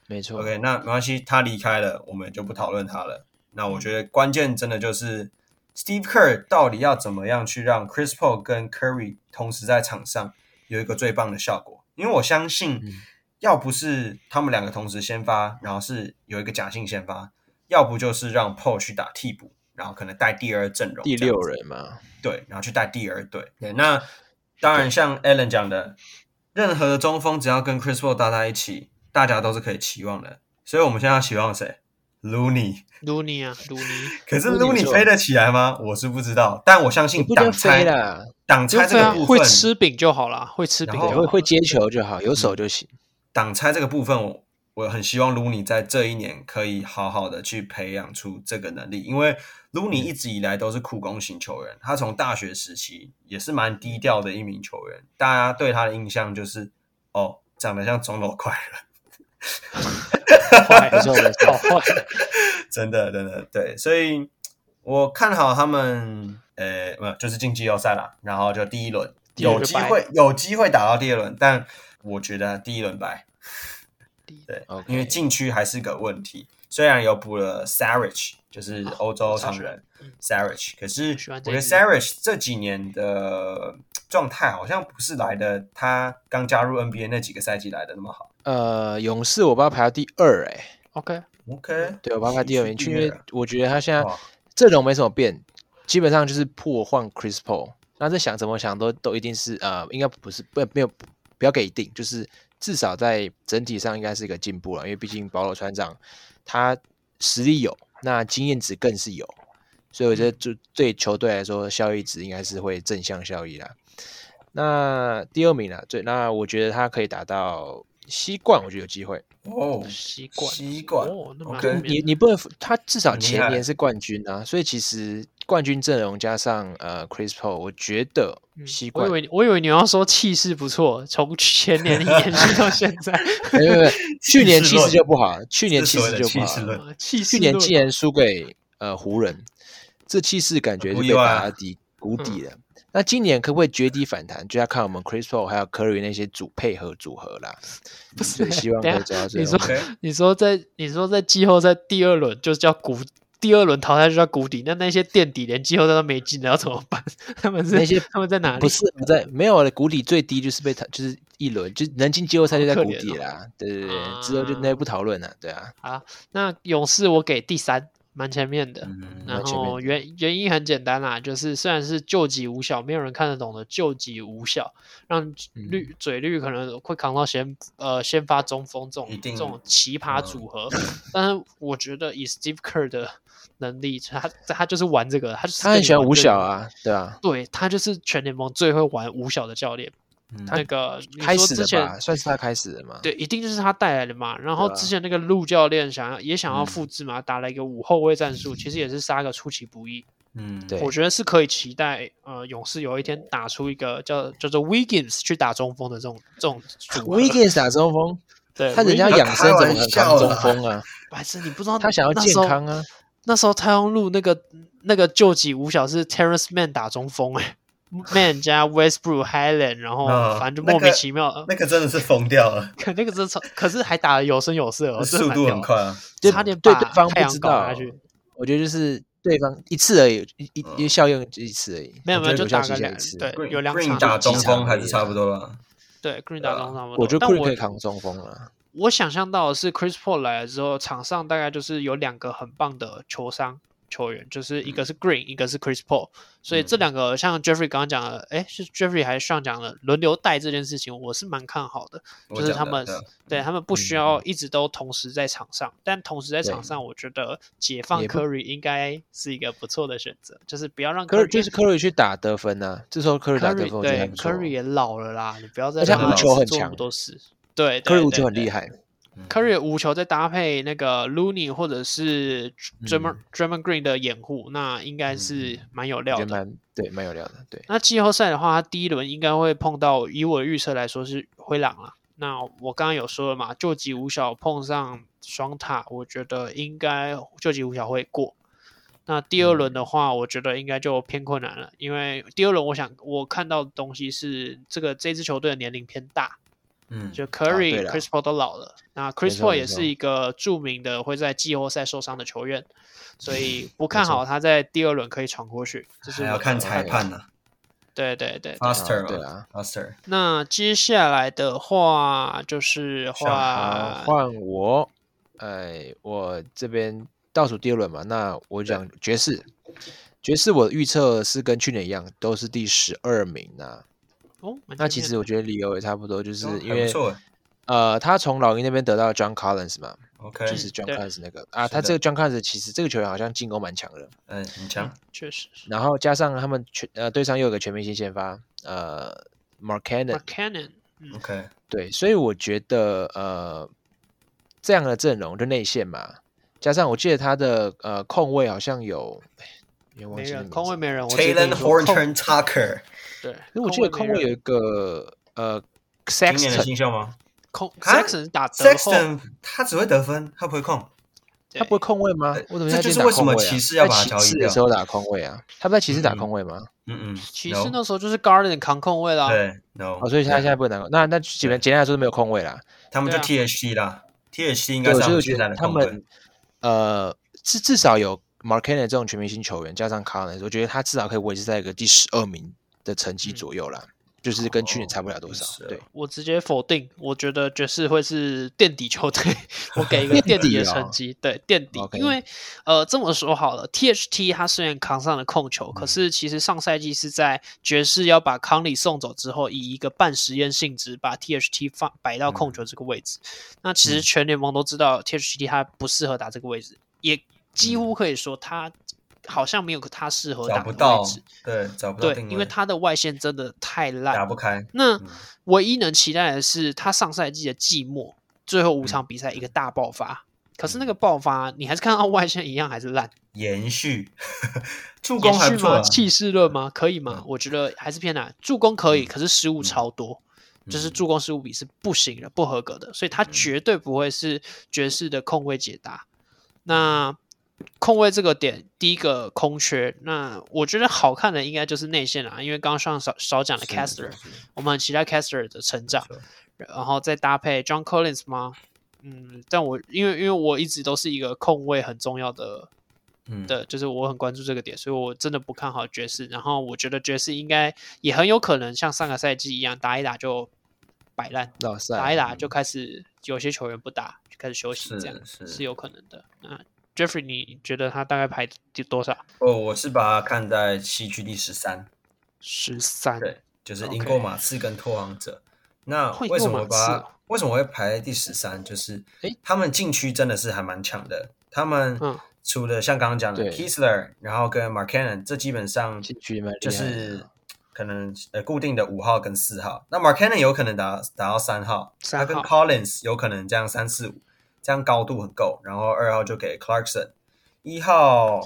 Speaker 3: 没错
Speaker 2: OK，那没关系，他离开了，我们就不讨论他了。那
Speaker 3: 嗯
Speaker 2: 我觉得关键真的就是 Steve Kerr 到底要怎么样去让 Chris Paul 跟 Curry 同时在场上有一个最棒的效果？因为我相信，
Speaker 3: 嗯
Speaker 2: 要不是他们两个同时先发，然后是有一个假性先发，要不就是让 Paul 去打替补，然后可能带第二阵容
Speaker 3: 第
Speaker 2: 这样
Speaker 3: 六
Speaker 2: 子
Speaker 3: 人嘛，
Speaker 2: 对，然后去带第二队。对，那当然像 Allen 讲的，任何的中锋只要跟 Chris Paul 搭在一起，大家都是可以期望的。所以我们现在要期望谁？Looney。
Speaker 1: 卢尼啊，卢尼，
Speaker 2: 可是
Speaker 3: Looney
Speaker 2: Looney
Speaker 3: 错
Speaker 2: 飞得起来吗？我是不知道，但我相
Speaker 3: 也
Speaker 2: 信
Speaker 3: 不
Speaker 2: 挡
Speaker 3: 叫飞
Speaker 2: 拆
Speaker 3: 啦，
Speaker 2: 挡
Speaker 1: 不用
Speaker 2: 拆这
Speaker 1: 飞
Speaker 2: 个
Speaker 1: 啊，
Speaker 2: 部分，
Speaker 1: 会吃饼就好啦，会吃饼
Speaker 2: 然
Speaker 1: 就
Speaker 2: 后
Speaker 1: 好
Speaker 3: 对，
Speaker 1: 啦。
Speaker 3: 会会接球就好，有手就行。
Speaker 2: 挡拆这个部分，我我很希望卢尼在这一年可以好好的去培养出这个能力，因
Speaker 1: 嗯
Speaker 2: 为卢尼一直以来都是苦攻型球员，他从大学时期也是蛮低调的一名球员，大家对他的印象就是哦，长得像中楼快人，
Speaker 1: 坏，
Speaker 3: 没错没错
Speaker 1: 好坏。
Speaker 2: (laughs) 真的真的对，所以我看好他们，呃，没有就是晋级季后赛啦，然后就第一轮
Speaker 1: 第一轮
Speaker 2: 有
Speaker 1: 就
Speaker 2: 机
Speaker 1: 掰
Speaker 2: 会有机会打到第二轮，但我觉得第一轮白。对
Speaker 3: OK
Speaker 2: 因为禁区还是个问题。虽然有补了 Sarich，就是
Speaker 1: 啊
Speaker 2: 欧洲
Speaker 1: 我超
Speaker 2: 常
Speaker 1: 喜欢
Speaker 2: 人 Sarich，可是
Speaker 1: 嗯喜欢
Speaker 2: 我
Speaker 1: 这
Speaker 2: 觉得
Speaker 1: 一支
Speaker 2: Sarich 这几年的状态好像不是来的他刚加入 NBA 那几个赛季来的那么好。
Speaker 3: 呃，勇士我把他排到第二、欸，哎，
Speaker 1: OK，
Speaker 2: OK，
Speaker 1: 嗯
Speaker 3: 对我把他排第二名去，因
Speaker 2: 第啊
Speaker 3: 为
Speaker 2: 二
Speaker 3: 我觉得他现在
Speaker 2: 哇
Speaker 3: 阵容没什么变，基本上就是破换 Chris Paul。那在想怎么想都都一定是呃，应该不是不没有不要给一定，就是至少在整体上应该是一个进步了，因为毕竟保罗船长他实力有，那经验值更是有，所以我觉得就对球队来说效益值应该是会正向效益啦。那第二名啦，啊对，那我觉得他可以达到西冠，我觉得有机会。
Speaker 2: 哦，
Speaker 1: 习惯，
Speaker 2: 习惯
Speaker 1: 哦，那蛮
Speaker 2: OK
Speaker 1: 后面
Speaker 3: 你你不能，他至少
Speaker 2: 很厉
Speaker 3: 前
Speaker 2: 害
Speaker 3: 年是冠军啊，所以其实冠军阵容加上呃 Chris Paul，我觉得西
Speaker 1: 嗯我
Speaker 3: 冠
Speaker 1: 以为我以为你要说气势不错，从前年延续到现在，
Speaker 2: (laughs)
Speaker 3: 没有没有没
Speaker 1: (laughs)
Speaker 3: 有，哎去年
Speaker 2: 气势
Speaker 3: 气
Speaker 2: 论
Speaker 3: 势就不好，去年
Speaker 2: 是
Speaker 3: 气
Speaker 2: 所谓的
Speaker 3: 势就不
Speaker 2: 气势
Speaker 3: 好，
Speaker 2: 论，
Speaker 1: 啊气势
Speaker 3: 去年
Speaker 1: 论
Speaker 3: 竟然输给呃湖人，这气势感觉
Speaker 2: 不
Speaker 3: 就
Speaker 2: 意
Speaker 3: 被
Speaker 2: 外
Speaker 3: 打
Speaker 2: 啊
Speaker 3: 到底谷底
Speaker 1: 嗯
Speaker 3: 了。那今年可不可以绝地反弹，就要看我们 Chris Paul 还有 Curry 那些组配合组合啦。
Speaker 1: 不
Speaker 3: 所
Speaker 1: 是
Speaker 3: 以希望可
Speaker 1: 等
Speaker 3: 以
Speaker 1: 一下
Speaker 3: 走到
Speaker 1: 你
Speaker 3: 最
Speaker 1: 说 (laughs)
Speaker 3: 后。
Speaker 2: OK，
Speaker 1: 你说在你说在季后赛第二轮就叫谷，第二轮淘汰就叫谷底，那那些垫底连季后赛都没进的要怎么办？ (laughs) 他们是
Speaker 3: 那些
Speaker 1: 他们在哪里？
Speaker 3: 不是不在没有了，谷底最低就是被他就是一轮，就是能进季后赛就在
Speaker 1: 好
Speaker 3: 谷
Speaker 1: 可怜
Speaker 3: 底
Speaker 1: 哦
Speaker 3: 啦。对对对，之后就那不讨论了，对啊，
Speaker 1: 那勇士我给第三，蛮前面的。
Speaker 2: 嗯，
Speaker 1: 然
Speaker 3: 蛮前面
Speaker 1: 后
Speaker 3: 的
Speaker 1: 原原因很简单啦，就是虽然是救急无效，没有人看得懂的救急无效，让
Speaker 3: 嗯
Speaker 1: 绿、嘴绿可能会扛到先呃先发中锋这种
Speaker 2: 一定嗯
Speaker 1: 这种奇葩组合， (laughs) 但是我觉得以 Steve Kerr 的能力，他他就是玩这个，他就是
Speaker 3: 他很喜欢
Speaker 1: 跟你
Speaker 3: 五
Speaker 1: 玩这个
Speaker 3: 小，啊，对啊，
Speaker 1: 对他就是全联盟最会玩五小的教练。
Speaker 2: 嗯
Speaker 1: 那个你
Speaker 3: 开
Speaker 1: 说
Speaker 3: 始
Speaker 1: 之
Speaker 3: 的
Speaker 1: 前
Speaker 3: 吧，算是他开始的嘛。
Speaker 1: 对，一定就是他带来的嘛。然后
Speaker 3: 对啊
Speaker 1: 之前那个陆教练想要也想要
Speaker 2: 嗯
Speaker 1: 复制嘛，打了一个五后卫战术，其实也是杀个出其不意。
Speaker 2: 嗯，
Speaker 3: 对
Speaker 1: 我觉得是可以期待，呃，勇士有一天打出一个叫叫做 Wiggins 去打中锋的这种这种组合。
Speaker 3: Wiggins 打中锋，
Speaker 1: 对，
Speaker 3: 他人家
Speaker 1: Wiggins-
Speaker 3: 养生怎么可能
Speaker 2: 开玩笑啦
Speaker 3: 扛中锋
Speaker 1: (laughs)
Speaker 3: 啊？
Speaker 1: 白痴，你不知道
Speaker 3: 他想要
Speaker 1: 那
Speaker 3: 健
Speaker 1: 时候
Speaker 3: 康啊。
Speaker 1: 那时候太阳路那个那个救急五小是 Terrence Mann 打中锋 (laughs) 哎、Mann 加 Westbrook Highland，然后
Speaker 3: 嗯
Speaker 2: 啊
Speaker 1: 反正就
Speaker 2: 那
Speaker 1: 莫名
Speaker 2: 个
Speaker 1: 其妙，呃
Speaker 2: 那个真的是疯掉了，
Speaker 1: 可那个真的超，可是还打得有声有色哦，真的
Speaker 2: 速
Speaker 1: 蛮
Speaker 2: 度
Speaker 1: 屌
Speaker 2: 很
Speaker 1: 的
Speaker 2: 快，啊，
Speaker 3: 就
Speaker 1: 差点
Speaker 3: 对
Speaker 1: 把
Speaker 3: 对方
Speaker 1: 太
Speaker 3: 不
Speaker 1: 阳
Speaker 3: 知
Speaker 1: 搞
Speaker 3: 道
Speaker 1: 下去。
Speaker 3: 我觉得就是对方一次而已，一一一效用就一次而已。
Speaker 1: 嗯没有没有，
Speaker 3: 我
Speaker 1: 就
Speaker 3: 觉得
Speaker 1: 打个
Speaker 3: 有效期限
Speaker 1: 两
Speaker 3: 一次。
Speaker 1: 对，
Speaker 2: Green-
Speaker 1: 有两
Speaker 2: Green
Speaker 1: 场
Speaker 2: 打
Speaker 1: 就
Speaker 2: 中
Speaker 1: 几场
Speaker 2: 锋还是差不多了。
Speaker 1: 对 Green 打中锋差不多。
Speaker 3: 我觉得
Speaker 1: 但
Speaker 3: Curry
Speaker 1: 我
Speaker 3: 可以扛中锋了。
Speaker 1: 我想象到的是，Chris Paul 来了之后，场上大概就是有两个很棒的球商球员，就是一个是 Green，、一个是 Chris Paul。所以这两个像 Jeffrey 刚刚讲的，诶，是 Jeffrey 还是上讲了轮流带这件事情，我是蛮看好的。
Speaker 2: 我
Speaker 1: 就是
Speaker 2: 讲
Speaker 1: 他
Speaker 2: 的
Speaker 1: 们
Speaker 2: 对啊
Speaker 1: 对他们不需要一直都同时在场上，但同时在
Speaker 3: 对
Speaker 1: 场上，我觉得解放
Speaker 3: 也不
Speaker 1: Curry 应该是一个不错的选择，就是不要让
Speaker 3: Curry
Speaker 1: 嗯 Curry
Speaker 3: 就是 Curry 去打得分呐，这时候 Curry 打得
Speaker 1: Curry
Speaker 3: 分我觉得还
Speaker 1: 对
Speaker 3: 不错。
Speaker 1: Curry 也老了啦，你不要再
Speaker 3: 而且他
Speaker 1: 让
Speaker 2: 无球
Speaker 1: 一直
Speaker 3: 很
Speaker 1: 做那
Speaker 3: 强
Speaker 1: 么多事。对
Speaker 3: Curry
Speaker 1: 对
Speaker 3: 我
Speaker 1: 对
Speaker 3: 觉得很
Speaker 1: 对
Speaker 3: 厉害。
Speaker 2: 嗯
Speaker 1: Curry 无球再搭配那个 Looney 或者是 Draymond、
Speaker 3: 嗯
Speaker 1: Draymond Green 的掩护，那应该是蛮有
Speaker 3: 我
Speaker 1: 料
Speaker 3: 觉得
Speaker 1: 的。
Speaker 3: 蛮对，蛮有料的。对，
Speaker 1: 那季后赛的话，他第一轮应该会碰到，以我的预测来说是灰狼啦。那我刚刚有说了嘛，救急五小碰上双塔，我觉得应该救急五小会过。那第二
Speaker 3: 嗯
Speaker 1: 轮的话，我觉得应该就偏困难了，因为第二轮我想我看到的东西是这个这支球队的年龄偏大，
Speaker 2: 嗯，
Speaker 1: 就
Speaker 3: 啊对
Speaker 1: Curry、
Speaker 3: 啦
Speaker 1: Chris Paul 都老了，那
Speaker 3: 没
Speaker 1: Chris
Speaker 3: 错
Speaker 1: Paul
Speaker 3: 没
Speaker 1: 也
Speaker 3: 错
Speaker 1: 是一个著名的会在季后赛受伤的球员，所以
Speaker 3: (laughs)
Speaker 1: 不
Speaker 3: 没
Speaker 1: 看
Speaker 3: 错
Speaker 1: 好他在第二轮可以闯过去。这是
Speaker 2: 还
Speaker 1: 我
Speaker 2: 要
Speaker 1: 的
Speaker 2: 看裁判呢
Speaker 1: 对对对。
Speaker 3: 啊
Speaker 2: ，Foster
Speaker 3: 对
Speaker 2: 嘛
Speaker 3: 啊，
Speaker 2: ，Foster，
Speaker 1: 那接下来的话就是
Speaker 2: 上
Speaker 3: 好
Speaker 2: 呃
Speaker 1: 换
Speaker 3: 换我，啊哎，我这边倒数第二轮嘛，那我讲爵士，爵士我预测是跟去年一样，都是第十二名啊。
Speaker 1: 哦，蛮
Speaker 3: 那
Speaker 1: 前
Speaker 3: 其
Speaker 1: 面
Speaker 3: 实我觉得理由也差不多，就是
Speaker 2: 嗯哦
Speaker 3: 因
Speaker 2: 还不
Speaker 3: 为、
Speaker 2: 错
Speaker 3: 呃，他从老鹰那边得到 John Collins 嘛，
Speaker 2: ，OK，
Speaker 3: 就是 John
Speaker 1: 对
Speaker 3: Collins 那个啊，
Speaker 2: 是
Speaker 3: 他
Speaker 2: 的
Speaker 3: 这个 John Collins 其实这个球员好像进攻蛮强的，
Speaker 2: 嗯，很强，
Speaker 1: 确实是
Speaker 3: 然后加上他们全呃队上又有个全明星先发，呃 m a r c a n n
Speaker 1: Mark Cannon，嗯，
Speaker 2: OK，
Speaker 3: 对，所以我觉得呃这样的阵容就内线嘛，加上我记得他的呃控卫好像有，哎有点忘
Speaker 1: 没
Speaker 3: 记那
Speaker 1: 人，
Speaker 3: 名
Speaker 1: 空
Speaker 3: 字
Speaker 1: 位没人，我只跟你
Speaker 2: Taylor
Speaker 1: 说控
Speaker 2: Horton Tucker，
Speaker 1: 对，
Speaker 3: 可是我记得
Speaker 1: 控
Speaker 3: 控
Speaker 1: 卫没
Speaker 3: 卫有
Speaker 1: 人
Speaker 3: 一个呃
Speaker 2: 今年的
Speaker 3: Sexton，
Speaker 2: 新秀吗
Speaker 1: 控
Speaker 2: 啊
Speaker 1: Sexton 是打得后，
Speaker 2: ？Sexton 他只会得分，他不会控，
Speaker 3: 他不会控卫吗
Speaker 2: 对？
Speaker 3: 我怎么
Speaker 2: 这
Speaker 3: 在
Speaker 2: 就是
Speaker 3: 打
Speaker 2: 为什
Speaker 3: 控
Speaker 2: 么
Speaker 3: 卫啊
Speaker 2: 骑士要
Speaker 3: 在
Speaker 2: 把他交易
Speaker 3: 骑士
Speaker 2: 掉
Speaker 3: 的时候打控卫啊？他不在骑士打控卫吗？
Speaker 2: 嗯嗯，
Speaker 1: 骑
Speaker 2: No
Speaker 1: 士那时候就是 Garden 扛控位啊啦，
Speaker 2: 对，no，
Speaker 3: 哦，所以他
Speaker 2: 对
Speaker 3: 现在不能打
Speaker 2: 嗯
Speaker 3: 控。那那简单简单来说是没有控卫啦。
Speaker 2: 他们就
Speaker 1: 对啊
Speaker 2: THT 啦，THT 应该是
Speaker 3: 对，我
Speaker 2: 他
Speaker 3: 就
Speaker 2: 们
Speaker 3: 觉
Speaker 2: 现在
Speaker 3: 得
Speaker 2: 的
Speaker 3: 他
Speaker 2: 控卫
Speaker 3: 们，呃，至至少有 m a r k a n 这种全明星球员，加上 Collins，我觉得他至少可以维持在一个第十二名的成绩
Speaker 1: 嗯
Speaker 3: 左右啦，就是跟去年
Speaker 2: 哦
Speaker 3: 差不了多少。
Speaker 2: 12
Speaker 3: 对，
Speaker 1: 我直接否定，我觉得爵士会是垫底球队，我给一个垫
Speaker 3: 垫
Speaker 1: 底
Speaker 3: 底
Speaker 1: 的
Speaker 3: 哦
Speaker 1: 成绩，对垫底
Speaker 3: OK
Speaker 1: 因为呃这么说好了，THT 他虽然扛上了控球，
Speaker 2: 嗯
Speaker 1: 可是其实上赛季是在爵士要把康里送走之后，以一个半实验性质把 THT 放摆到
Speaker 2: 嗯
Speaker 1: 控球这个位置。那其实全联盟都知道 THT 他不适合打这个位置，也几乎可以说他好像没有他适合
Speaker 2: 嗯找
Speaker 1: 打
Speaker 2: 不
Speaker 1: 的
Speaker 2: 到
Speaker 1: 位置，，
Speaker 2: 对，找不到
Speaker 1: 对
Speaker 2: 定，位，
Speaker 1: 因为他的外线真的太烂
Speaker 2: 打
Speaker 1: 了。
Speaker 2: 不开，
Speaker 1: 那
Speaker 2: 嗯
Speaker 1: 唯一能期待的是他上赛季的季末最后五
Speaker 2: 嗯
Speaker 1: 场比赛一个大爆发。可是那个爆发，你还是看到外线一样还是烂，
Speaker 2: 延续， (laughs) 助攻
Speaker 1: 延
Speaker 2: 还
Speaker 1: 续
Speaker 2: 不错
Speaker 1: 吗？
Speaker 2: 啊，
Speaker 1: 气势论吗？可以吗
Speaker 2: 嗯？
Speaker 1: 我觉得还是偏难。助攻可以，
Speaker 2: 嗯
Speaker 1: 可是失误超多，就是助攻失误比是不行的，不合格的，所以他绝对不会是爵士的控卫解答。那控卫这个点，第一个空缺，那我觉得好看的应该就是内线啦，因为刚刚上少少讲了 Caster，我们很期待 Caster 的成长。然后再搭配 John Collins 吗？嗯，但我因为因为我一直都是一个控卫很重要的
Speaker 2: 嗯，
Speaker 1: 的，就是我很关注这个点，所以我真的不看好爵士。然后我觉得爵士应该也很有可能像上个赛季一样，打一打就摆烂，
Speaker 3: 老塞
Speaker 2: 啊
Speaker 1: 打一打
Speaker 2: 嗯
Speaker 1: 就开始有些球员不打，就开始休息，这样
Speaker 2: 是
Speaker 1: 是有可能的。那 Jeffrey，你觉得他大概排第多少？
Speaker 2: 哦，我是把它看在西区第十三，
Speaker 1: 十三。
Speaker 2: 对，就是赢
Speaker 1: OK
Speaker 2: 过马刺跟拓荒者。那
Speaker 1: 会赢
Speaker 2: 为什
Speaker 1: 过
Speaker 2: 么
Speaker 1: 马
Speaker 2: 我
Speaker 1: 刺
Speaker 2: 把
Speaker 1: 哦
Speaker 2: 它为什么会排在第十三？就是
Speaker 3: 诶
Speaker 2: 他们禁区真的是还蛮强的，他们
Speaker 1: 嗯
Speaker 2: 除了像刚刚讲的
Speaker 3: 对
Speaker 2: Kisler，然后跟 m a r c a n 这基本上
Speaker 3: 禁区蛮
Speaker 2: 就
Speaker 3: 厉害的
Speaker 2: 是
Speaker 1: 啊
Speaker 2: 可能呃固定的五号跟四号。那 m a r c a n 有可能打打到三号，
Speaker 1: 三
Speaker 2: 他跟
Speaker 1: 号
Speaker 2: Collins 有可能这样三四五，这样高度很够。然后二号就给 Clarkson，一号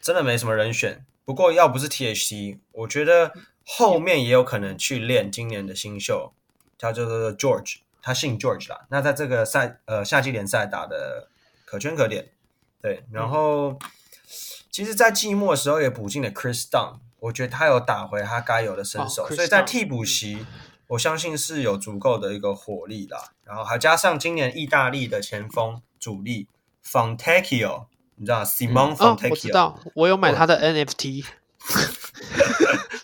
Speaker 2: 真的没什么人选。不过要不是 THC，我觉得后面也有可能去练今年的新秀，他叫做 George，他姓 George 啦。那在这个赛呃夏季联赛打的可圈可点，对。然后、其实，在季末的时候也补进了 Chris Dunn，我觉得他有打回他该有的身手，
Speaker 1: 哦，Chris
Speaker 2: 所以在
Speaker 1: Dunn，嗯
Speaker 2: 替补席，我相信是有足够的一个火力啦。然后还加上今年意大利的前锋主力 Fontecchio，你知道 Simon
Speaker 1: 哦，我知
Speaker 2: Fontecchio，、
Speaker 1: 道，我有买他的 NFT，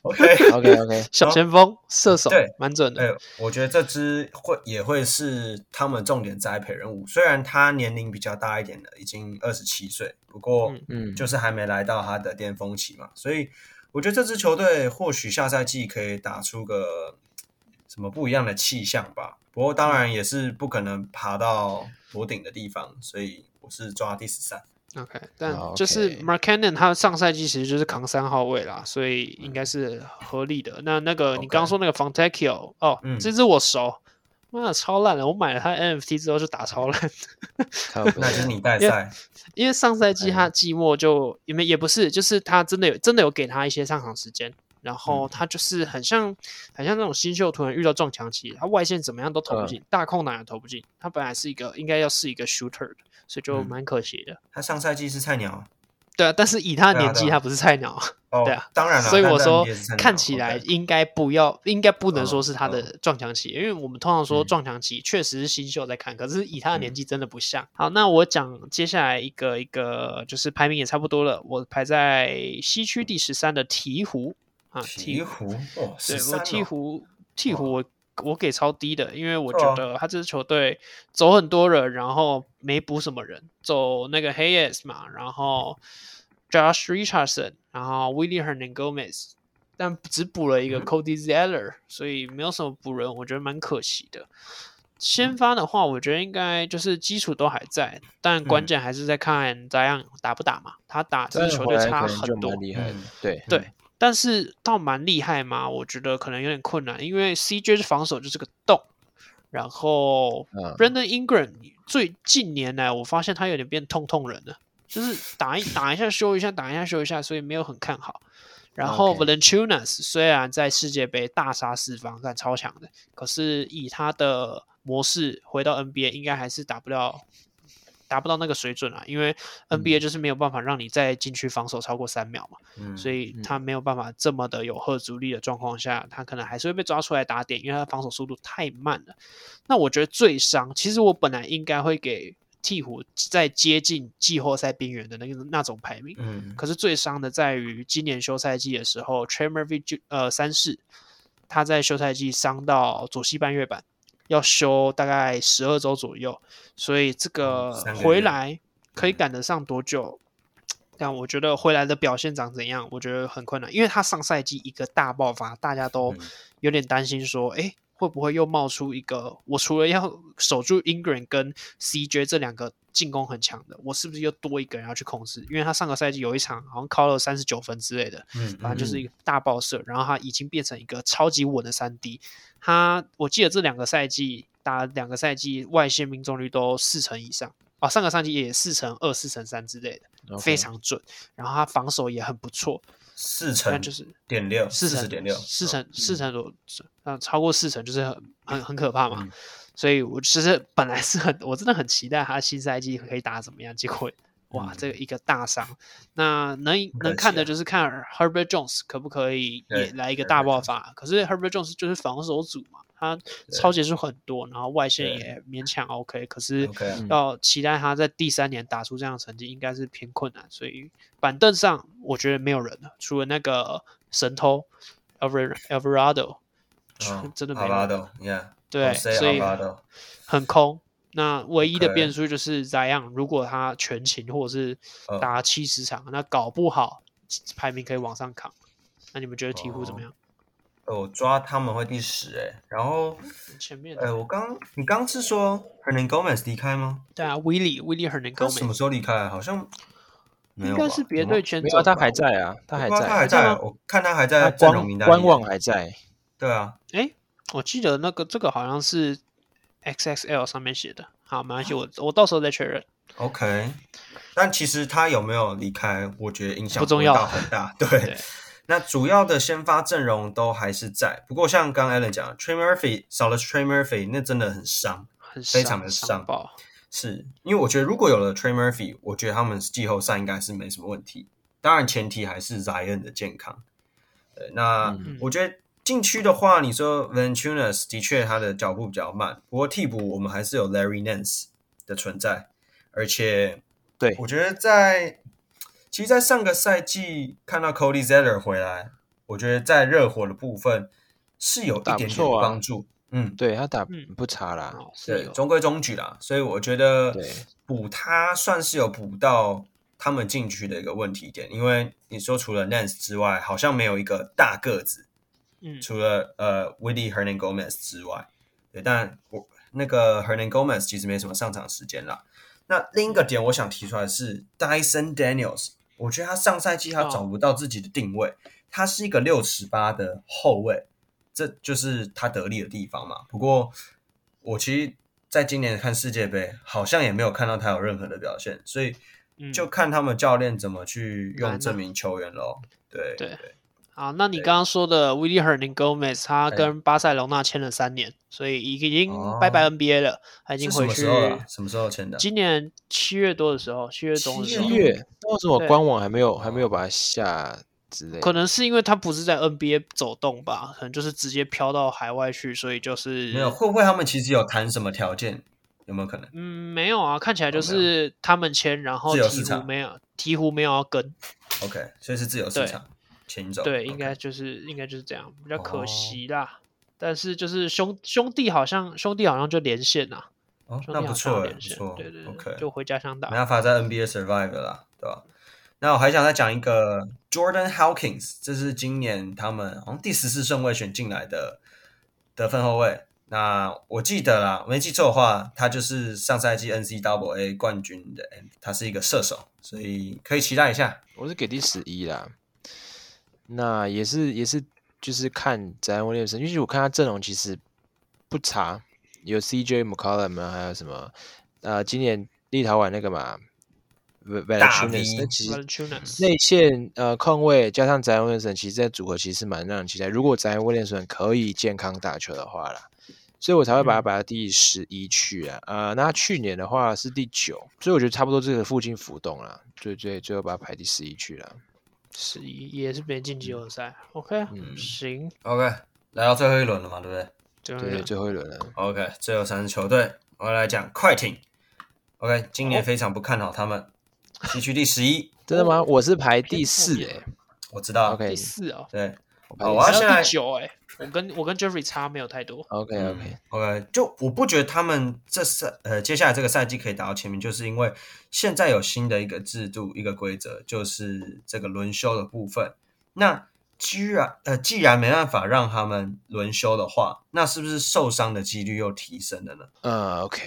Speaker 2: OK， (laughs)
Speaker 3: OK OK，
Speaker 1: 小前锋、射手
Speaker 2: 哦对，
Speaker 1: 蛮准的。
Speaker 2: 哎，我觉得这支会也会是他们重点栽培人物，虽然他年龄比较大一点了，已经二十七岁，不过
Speaker 1: 嗯
Speaker 3: 嗯，
Speaker 2: 就是还没来到他的巅峰期嘛，所以我觉得这支球队或许下赛季可以打出个什么不一样的气象吧。不过当
Speaker 1: 嗯
Speaker 2: 然也是不可能爬到头顶的地方，所以我是抓第十三。
Speaker 1: OK，但
Speaker 3: 好
Speaker 1: 就是
Speaker 3: OK
Speaker 1: m a r c a n n o n 他上赛季其实就是扛三号位啦，所以应该是合理的。那那个你
Speaker 2: 嗯 OK
Speaker 1: 刚刚说那个 Fontecchio，哦，
Speaker 2: 嗯
Speaker 1: 这只我熟，妈的超烂的，我买了他 NFT 之后就打超烂， (laughs)
Speaker 3: 靠北
Speaker 2: 那就是你带赛，
Speaker 1: 因为上赛
Speaker 2: 哎
Speaker 1: 季他季末就也没也不是，就是他真的有真的有给他一些上场时间。然
Speaker 2: 嗯
Speaker 1: 后他就是很像，很像那种新秀突然遇到撞墙期，他外线怎么样都投不
Speaker 2: 嗯
Speaker 1: 进，大空档也投不进。他本来是一个应该要是一个 shooter 的，所以就
Speaker 2: 嗯
Speaker 1: 蛮可惜的。
Speaker 2: 他上赛季是菜鸟，
Speaker 1: 对啊，但是以他的
Speaker 2: 对啊
Speaker 1: 年纪，
Speaker 2: 对啊
Speaker 1: 他不是菜鸟啊，
Speaker 2: 哦，
Speaker 1: 对啊，
Speaker 2: 当然了，
Speaker 1: 所以我
Speaker 2: 但
Speaker 1: 说
Speaker 2: 但也是菜鸟
Speaker 1: 看起来
Speaker 2: OK
Speaker 1: 应该不要，应该不能说是他
Speaker 2: 嗯
Speaker 1: 的撞墙期，因为我们通常说
Speaker 2: 嗯
Speaker 1: 撞墙期确实是新秀在看，可是以他的年
Speaker 2: 嗯
Speaker 1: 纪真的不像。好，那我讲接下来一个一个就是排名也差不多了，我排在西区第十三的鹈鹕啊，鹈
Speaker 2: 鹈鹕，
Speaker 1: 对
Speaker 2: 哦，十
Speaker 1: 我
Speaker 2: 三
Speaker 1: 鹈鹕鹈鹕
Speaker 3: 哦
Speaker 1: 我我给超低的，因为我
Speaker 2: 对啊
Speaker 1: 觉得他这支球队走很多人，然后没补什么人，走那个 Hayes 嘛，然后 Josh Richardson，然后 Willie Hernan Gomez，但只补了一
Speaker 3: 嗯
Speaker 1: 个 Cody Zeller，所以没有什么补人，我觉得蛮可惜的。先
Speaker 3: 嗯
Speaker 1: 发的话，我觉得应该就是基础都还在，但关
Speaker 2: 嗯
Speaker 1: 键还是在看扎样打不打嘛。他打这支球
Speaker 3: 回
Speaker 1: 队
Speaker 3: 来
Speaker 1: 差
Speaker 3: 可能就
Speaker 1: 很多
Speaker 3: 蛮，厉害的
Speaker 2: 嗯，
Speaker 3: 对
Speaker 1: 对但是倒蛮厉害嘛，我觉得可能有点困难，因为 CJ 的防守就是个洞，然后
Speaker 3: 嗯
Speaker 1: Brandon Ingram 最近年来我发现他有点变痛痛人了，就是打一打一下修一下，打一下修一下，所以没有很看好。然后
Speaker 3: OK
Speaker 1: Valanciunas 虽然在世界杯大杀四方，但超强的，可是以他的模式回到 NBA 应该还是达不了。达不到那个水准啊，因为
Speaker 3: 嗯
Speaker 1: NBA 就是没有办法让你在禁区防守超过三秒嘛。
Speaker 2: 嗯，
Speaker 1: 所
Speaker 2: 以
Speaker 1: 以
Speaker 3: 嗯
Speaker 1: 他没有办法这么的有贺足力的状况下，他可能还是会被抓出来打点，因为他的防守速度太慢了。那我觉得最伤，其实我本来应该会给鹈鹕在接近季后赛边缘的那个那种排名，
Speaker 2: 嗯，
Speaker 1: 可是最伤的在于今年休赛季的时候 t r e m o r V 就呃三世，他在休赛季伤到左膝半月板，要休大概十二周左右，所以这个
Speaker 2: 哦三个月
Speaker 1: 回来可以赶得上多久？但我觉得回来的表现长怎样，我觉得很困难，因为他上赛季一个大爆发，大家都
Speaker 2: 嗯
Speaker 1: 有点担心说，诶，会不会又冒出一个？我除了要守住 Ingram 跟 CJ 这两个进攻很强的，我是不是又多一个人要去控制？因为他上个赛季有一场好像考了三十九分之类的，
Speaker 2: 嗯，
Speaker 1: 反正就是一
Speaker 2: 个
Speaker 1: 个大爆射，然后他已经变成一个超级稳的三 D。他我记得这两个赛季打两个赛季外线命中率都四成以上啊，上个赛季也四成二、四成三之类的，
Speaker 3: OK
Speaker 1: 非常准。然后他防守也很不错，
Speaker 2: 嗯四
Speaker 1: 那
Speaker 2: 成
Speaker 1: 就是
Speaker 2: 点六，
Speaker 1: 四
Speaker 2: 十
Speaker 1: 成
Speaker 2: 点六，哦
Speaker 1: 四成四成多，嗯，超过四成就是很很很可怕嘛。
Speaker 2: 嗯
Speaker 1: 所以我其实本来是很，我真的很期待他新赛季可以打怎么样，结果哇，
Speaker 2: 嗯
Speaker 1: 这个一个大伤。那能
Speaker 2: 可
Speaker 1: 能看的
Speaker 2: 惜啊
Speaker 1: 就是看 Herbert Jones 可不可以也
Speaker 2: 对
Speaker 1: 来一个
Speaker 2: Herbert
Speaker 1: 大爆发。可是 Herbert Jones 就是防守组嘛，他超级数很多，然后外线
Speaker 2: 对
Speaker 1: 也勉强 OK，可是
Speaker 2: OK 啊
Speaker 3: 嗯
Speaker 1: 要期待他在第三年打出这样的成绩，应该是偏困难。所以板凳上我觉得没有人了，除了那个神偷 Alvar Alvarado，、(laughs)
Speaker 2: 嗯，
Speaker 1: 真的没
Speaker 2: 阿
Speaker 1: 人了。
Speaker 2: 拉豆，你看，
Speaker 1: 对，
Speaker 2: Jose
Speaker 1: 所以
Speaker 2: Alvarado
Speaker 1: 很空。那唯一的
Speaker 2: OK
Speaker 1: 变数就是咋样？如果他全勤或者是
Speaker 2: 嗯
Speaker 1: 打七十场，那搞不好排名可以往上扛。那你们觉得鹈鹕怎么样？
Speaker 2: 呃，我抓他们会第十哎，然后，
Speaker 1: 前面
Speaker 2: 呃，
Speaker 1: 的
Speaker 2: 我刚你刚是说 Hernan Gomez 离开吗？
Speaker 1: 对啊，Willie Willie 很能
Speaker 2: 他
Speaker 1: 够
Speaker 2: 什么时候离开啊？好像没
Speaker 1: 应
Speaker 2: 有
Speaker 1: 该
Speaker 2: 吧
Speaker 1: 是别
Speaker 2: 有吗
Speaker 1: 队签
Speaker 3: 没
Speaker 1: 走
Speaker 3: 有，他
Speaker 1: 吧
Speaker 3: 还。在啊，他还
Speaker 2: 我不知道他还
Speaker 3: 在，
Speaker 1: 还在
Speaker 2: 在
Speaker 1: 吗，
Speaker 2: 我看他还
Speaker 3: 他
Speaker 2: 在阵容
Speaker 3: 官
Speaker 2: 名单里
Speaker 3: 官
Speaker 2: 耶。
Speaker 3: 网还在，
Speaker 2: 对啊，
Speaker 1: 哎，我记得那个这个好像是 XXL 上面写的。好，没关系，
Speaker 2: 哦
Speaker 1: 我我到时候再确认。
Speaker 2: OK，但其实他有没有离开，我觉得影响
Speaker 1: 不重
Speaker 2: 会
Speaker 1: 要
Speaker 2: 到很大。
Speaker 1: (laughs) 对
Speaker 2: 对，那主要的先发阵容都还是在，不过像刚刚 Allen 讲的，Trey Murphy 少了 Trey Murphy，那真的很伤。
Speaker 1: 很
Speaker 2: 非
Speaker 1: 伤
Speaker 2: 常的
Speaker 1: 伤
Speaker 2: 伤
Speaker 1: 爆。
Speaker 2: 是因为我觉得如果有了 Trey Murphy，我觉得他们季后赛应该是没什么问题。当然前提还是 Zion 的健康。对，那
Speaker 3: 嗯
Speaker 2: 我觉得禁区的话，你说 Ventunas 的确他的脚步比较慢，不过替补我们还是有 Larry Nance 的存在，而且
Speaker 3: 对
Speaker 2: 我觉得在其实，在上个赛季看到 Cody Zeller 回来，我觉得在热火的部分是有一
Speaker 3: 打不
Speaker 2: 点点
Speaker 3: 错啊
Speaker 2: 帮助。嗯，
Speaker 3: 对他打
Speaker 1: 嗯
Speaker 3: 不差啦，
Speaker 1: 哦，是
Speaker 2: 啊对，
Speaker 1: 有。
Speaker 2: 中规中矩啦。所以我觉得
Speaker 3: 对
Speaker 2: 补他算是有补到他们禁区的一个问题点，因为你说除了 Nance 之外，好像没有一个大个子，
Speaker 1: 嗯，
Speaker 2: 除了呃 w i l l i e Hernan Gomez 之外，对，但我那个 Hernan Gomez 其实没什么上场时间啦。那另一个点我想提出来的是 Dyson Daniels，我觉得他上赛季他
Speaker 1: 哦
Speaker 2: 找不到自己的定位，他是一个六尺八的后卫，这就是他得力的地方嘛。不过我其实在今年看世界杯，好像也没有看到他有任何的表现，所以
Speaker 1: 嗯
Speaker 2: 就看他们教练怎么去
Speaker 1: 难啊
Speaker 2: 用这名球员喽。对
Speaker 1: 对啊，那你
Speaker 2: 对
Speaker 1: 刚刚说的 w i l l i Hernan Gomez，他
Speaker 2: 对
Speaker 1: 跟巴塞隆纳签了三年，所以已经拜拜 NBA 了，他已经
Speaker 2: 哦是什
Speaker 1: 回
Speaker 2: 么
Speaker 1: 去
Speaker 2: 时。候啊？什么时候签的？
Speaker 1: 今年七月多的时候，七月中的时候
Speaker 3: 七，月，那为什么
Speaker 1: 对
Speaker 3: 官网还没有还
Speaker 2: 哦
Speaker 3: 没有把它下之类的？
Speaker 1: 可能是因为他不是在 NBA 走动吧，可能就是直接飘到海外去，所以就是
Speaker 2: 没有，会不会他们其实有谈什么条件？有没有可能？
Speaker 1: 嗯，没有啊，看起来就
Speaker 2: 哦没有
Speaker 1: 是他们签，然后
Speaker 2: 自由
Speaker 1: 鹈
Speaker 2: 市
Speaker 1: 鹕
Speaker 2: 场
Speaker 1: 没有，鹈鹕没有要跟，
Speaker 2: OK，所以是自由市场请走。
Speaker 1: 对，
Speaker 2: OK
Speaker 1: 应该就是应该就是这样，比较可
Speaker 2: 哦
Speaker 1: 惜啦。但是就是兄兄弟好像兄弟好像就连线啦，
Speaker 2: 哦，
Speaker 1: 兄
Speaker 2: 那
Speaker 1: 弟好
Speaker 2: 不
Speaker 1: 像
Speaker 2: 错欸，
Speaker 1: 连
Speaker 2: 不
Speaker 1: 线，
Speaker 2: 错。
Speaker 1: 对对对
Speaker 2: OK，
Speaker 1: 就回家乡打
Speaker 2: 没。办法在 NBA survive 了啦，对吧？那我还想再讲一个 Jordan Hawkins，这是今年他们好像第十四顺位选进来的得分后卫。那我记得啦，没记错的话，他就是上赛季 NCAA 冠军的 M，他是一个射手，所以可以期待一下。
Speaker 3: 我是给第十一啦。那也是也是就是看翟恩威廉森，因为我看他阵容其实不差，有 CJ McCollum 啊还有什么呃，今年立陶宛那个嘛 v a l a
Speaker 2: 大
Speaker 3: c h u n a s
Speaker 2: V
Speaker 3: 那其实
Speaker 1: Valanciunas
Speaker 3: 内线呃控卫加上翟恩威廉森，其实这组合其实蛮让人期待。如果翟恩威廉森可以健康打球的话啦。所以我才会把它
Speaker 1: 嗯
Speaker 3: 摆到第十一去啊，呃，那他去年的话是第九，所以我觉得差不多这个附近浮动啦，最最最后把它排第十一去了。
Speaker 1: 十一也是没晋级友赛，OK，
Speaker 3: 嗯
Speaker 1: 行，
Speaker 2: OK，来到最后一轮了嘛，对不对？
Speaker 1: 就
Speaker 3: 对，
Speaker 1: 是
Speaker 3: 最后一轮
Speaker 1: 哦
Speaker 3: 了。
Speaker 2: OK，最后三支球队，我要来讲快艇。OK，今年非常不看好他们，西区第十一，
Speaker 3: 真的吗？我是排第
Speaker 1: 偏后
Speaker 3: 四
Speaker 1: 面
Speaker 3: 诶、
Speaker 2: 我知道。
Speaker 3: OK
Speaker 1: 第四哦，
Speaker 2: 对，
Speaker 3: 我排
Speaker 2: 好，
Speaker 3: 第
Speaker 2: 我要
Speaker 1: 还
Speaker 3: 四。
Speaker 2: 先
Speaker 1: 有第九
Speaker 2: 来嗯
Speaker 1: 哎，我跟我跟 Jeffrey 差没有太多，
Speaker 3: OK OK，
Speaker 2: OK，就我不觉得他们这赛呃接下来这个赛季可以打到前面，就是因为现在有新的一个制度、一个规则，就是这个轮休的部分。那居然呃，既然没办法让他们轮休的话，那是不是受伤的几率又提升了呢？
Speaker 3: 嗯 OK，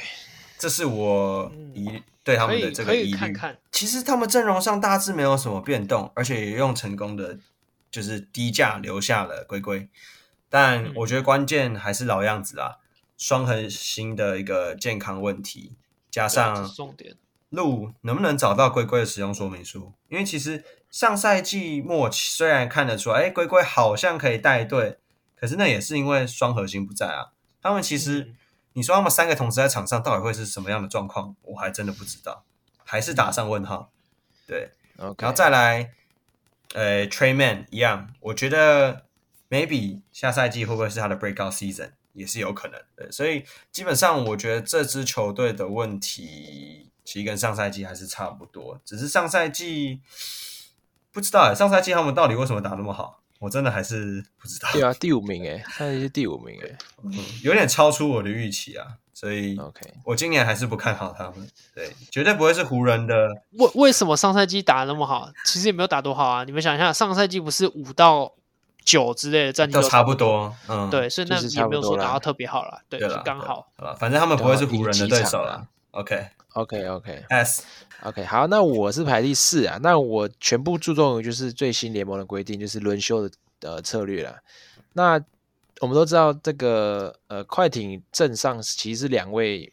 Speaker 2: 这是我疑对他
Speaker 1: 可
Speaker 2: 们的
Speaker 1: 以嗯
Speaker 2: 这
Speaker 1: 可
Speaker 2: 个
Speaker 1: 以
Speaker 2: 疑
Speaker 1: 看
Speaker 2: 虑。
Speaker 1: 看，
Speaker 2: 其实他们阵容上大致没有什么变动，而且也用成功的就是低价留下了龟龟。
Speaker 1: 嗯
Speaker 2: 但我觉得关键还是老样子啦，双核心的一个健康问题，
Speaker 1: 对啊
Speaker 2: 加
Speaker 1: 这
Speaker 2: 上
Speaker 1: 是重点，
Speaker 2: 路能不能找到龟龟的使用说明书？因为其实上赛季末期虽然看得出来，哎，龟龟好像可以带队，可是那也是因为双核心不在啊。他们其实、
Speaker 1: 嗯
Speaker 2: 你说他们三个同时在场上到底会是什么样的状况，我还真的不知道，还是打上问号。对，
Speaker 3: OK，
Speaker 2: 然后再来，呃，Trey Man 一样，我觉得 maybe 下赛季会不会是他的 breakout season 也是有可能的。所以基本上，我觉得这支球队的问题其实跟上赛季还是差不多，只是上赛季不知道欸上赛季他们到底为什么打那么好，我真的还是不知道，
Speaker 3: 对啊，第五名诶、上一季是第五名诶、
Speaker 2: 嗯有点超出我的预期啊。所以
Speaker 3: OK，
Speaker 2: 我今年还是不看好他们，对，绝对不会是湖人的
Speaker 1: 为为什么上赛季打得那么好？其实也没有打多好啊。你们想一下，上赛季不是五到九之类的战绩
Speaker 2: 都
Speaker 1: 都
Speaker 2: 差不
Speaker 1: 不
Speaker 2: 多，嗯，
Speaker 1: 对，所以那
Speaker 3: 就是
Speaker 1: 也
Speaker 3: 差
Speaker 1: 没
Speaker 3: 不
Speaker 1: 有
Speaker 3: 多
Speaker 1: 说
Speaker 3: 啦
Speaker 1: 打到特别好啦，对，
Speaker 2: 对
Speaker 1: 就
Speaker 2: 了，
Speaker 1: 刚好。
Speaker 2: 对啦，好吧，反正他们不会是
Speaker 3: 对啊
Speaker 2: 湖人的
Speaker 3: 赢几
Speaker 2: 对
Speaker 3: 场
Speaker 2: 手
Speaker 3: 啊
Speaker 2: 了。OK，S，、
Speaker 3: OK OK OK，好，那我是排第四啊。那我全部注重于就是最新联盟的规定，就是轮休的呃策略啦。那我们都知道这个呃快艇镇上其实是两位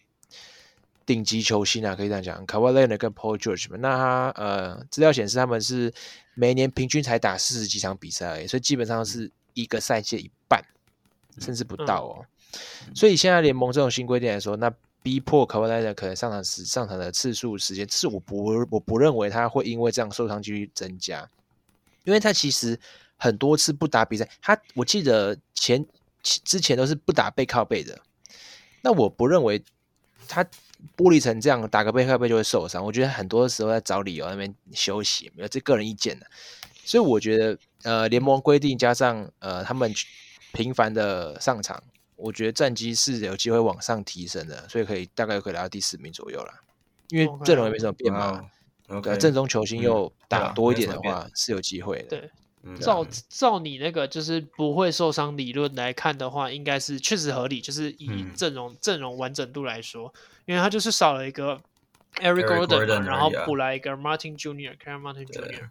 Speaker 3: 顶级球星啊，可以这样讲 k a w h i Leonard 跟 Paul George 嘛。那他呃资料显示他们是每年平均才打四十几场比赛而已，所以基本上是一个赛季的一半，甚至不到哦。所以现在联盟这种新规定来说，那逼迫 k a w h i Leonard 可能上场时上场的次数时间，是我不我不认为他会因为这样受伤几率增加，因为他其实很多次不打比赛，他我记得前其之前都是不打背靠背的，那我不认为他玻璃成这样打个背靠背就会受伤，我觉得很多时候在找理由在那边休息，没有这个人意见的、所以我觉得呃联盟规定加上呃他们频繁的上场。我觉得战绩是有机会往上提升的，所以可以大概可以来到第四名左右啦。因为
Speaker 1: OK
Speaker 3: 阵容也没什么变嘛，对啊，
Speaker 2: ，S，OK，
Speaker 3: 正宗球星
Speaker 2: 嗯
Speaker 3: 又
Speaker 2: 对
Speaker 3: 打
Speaker 2: 啊
Speaker 3: 多一
Speaker 2: 没
Speaker 3: 点
Speaker 2: 什
Speaker 3: 的
Speaker 2: 么变
Speaker 3: 话，是有机会的。
Speaker 1: 对，
Speaker 2: 嗯
Speaker 1: 照照你那个就是不会受伤理论来看的话，应该是确实合理，就是以
Speaker 2: 嗯
Speaker 1: 阵容、阵容完整度来说，因为他就是少了一个 Eric
Speaker 2: Eric
Speaker 1: Gordon，嘛
Speaker 2: Gordon 而已
Speaker 1: 然后
Speaker 2: 啊
Speaker 1: 补来一个 Martin Junior、Karen Martin Junior，
Speaker 3: 嗯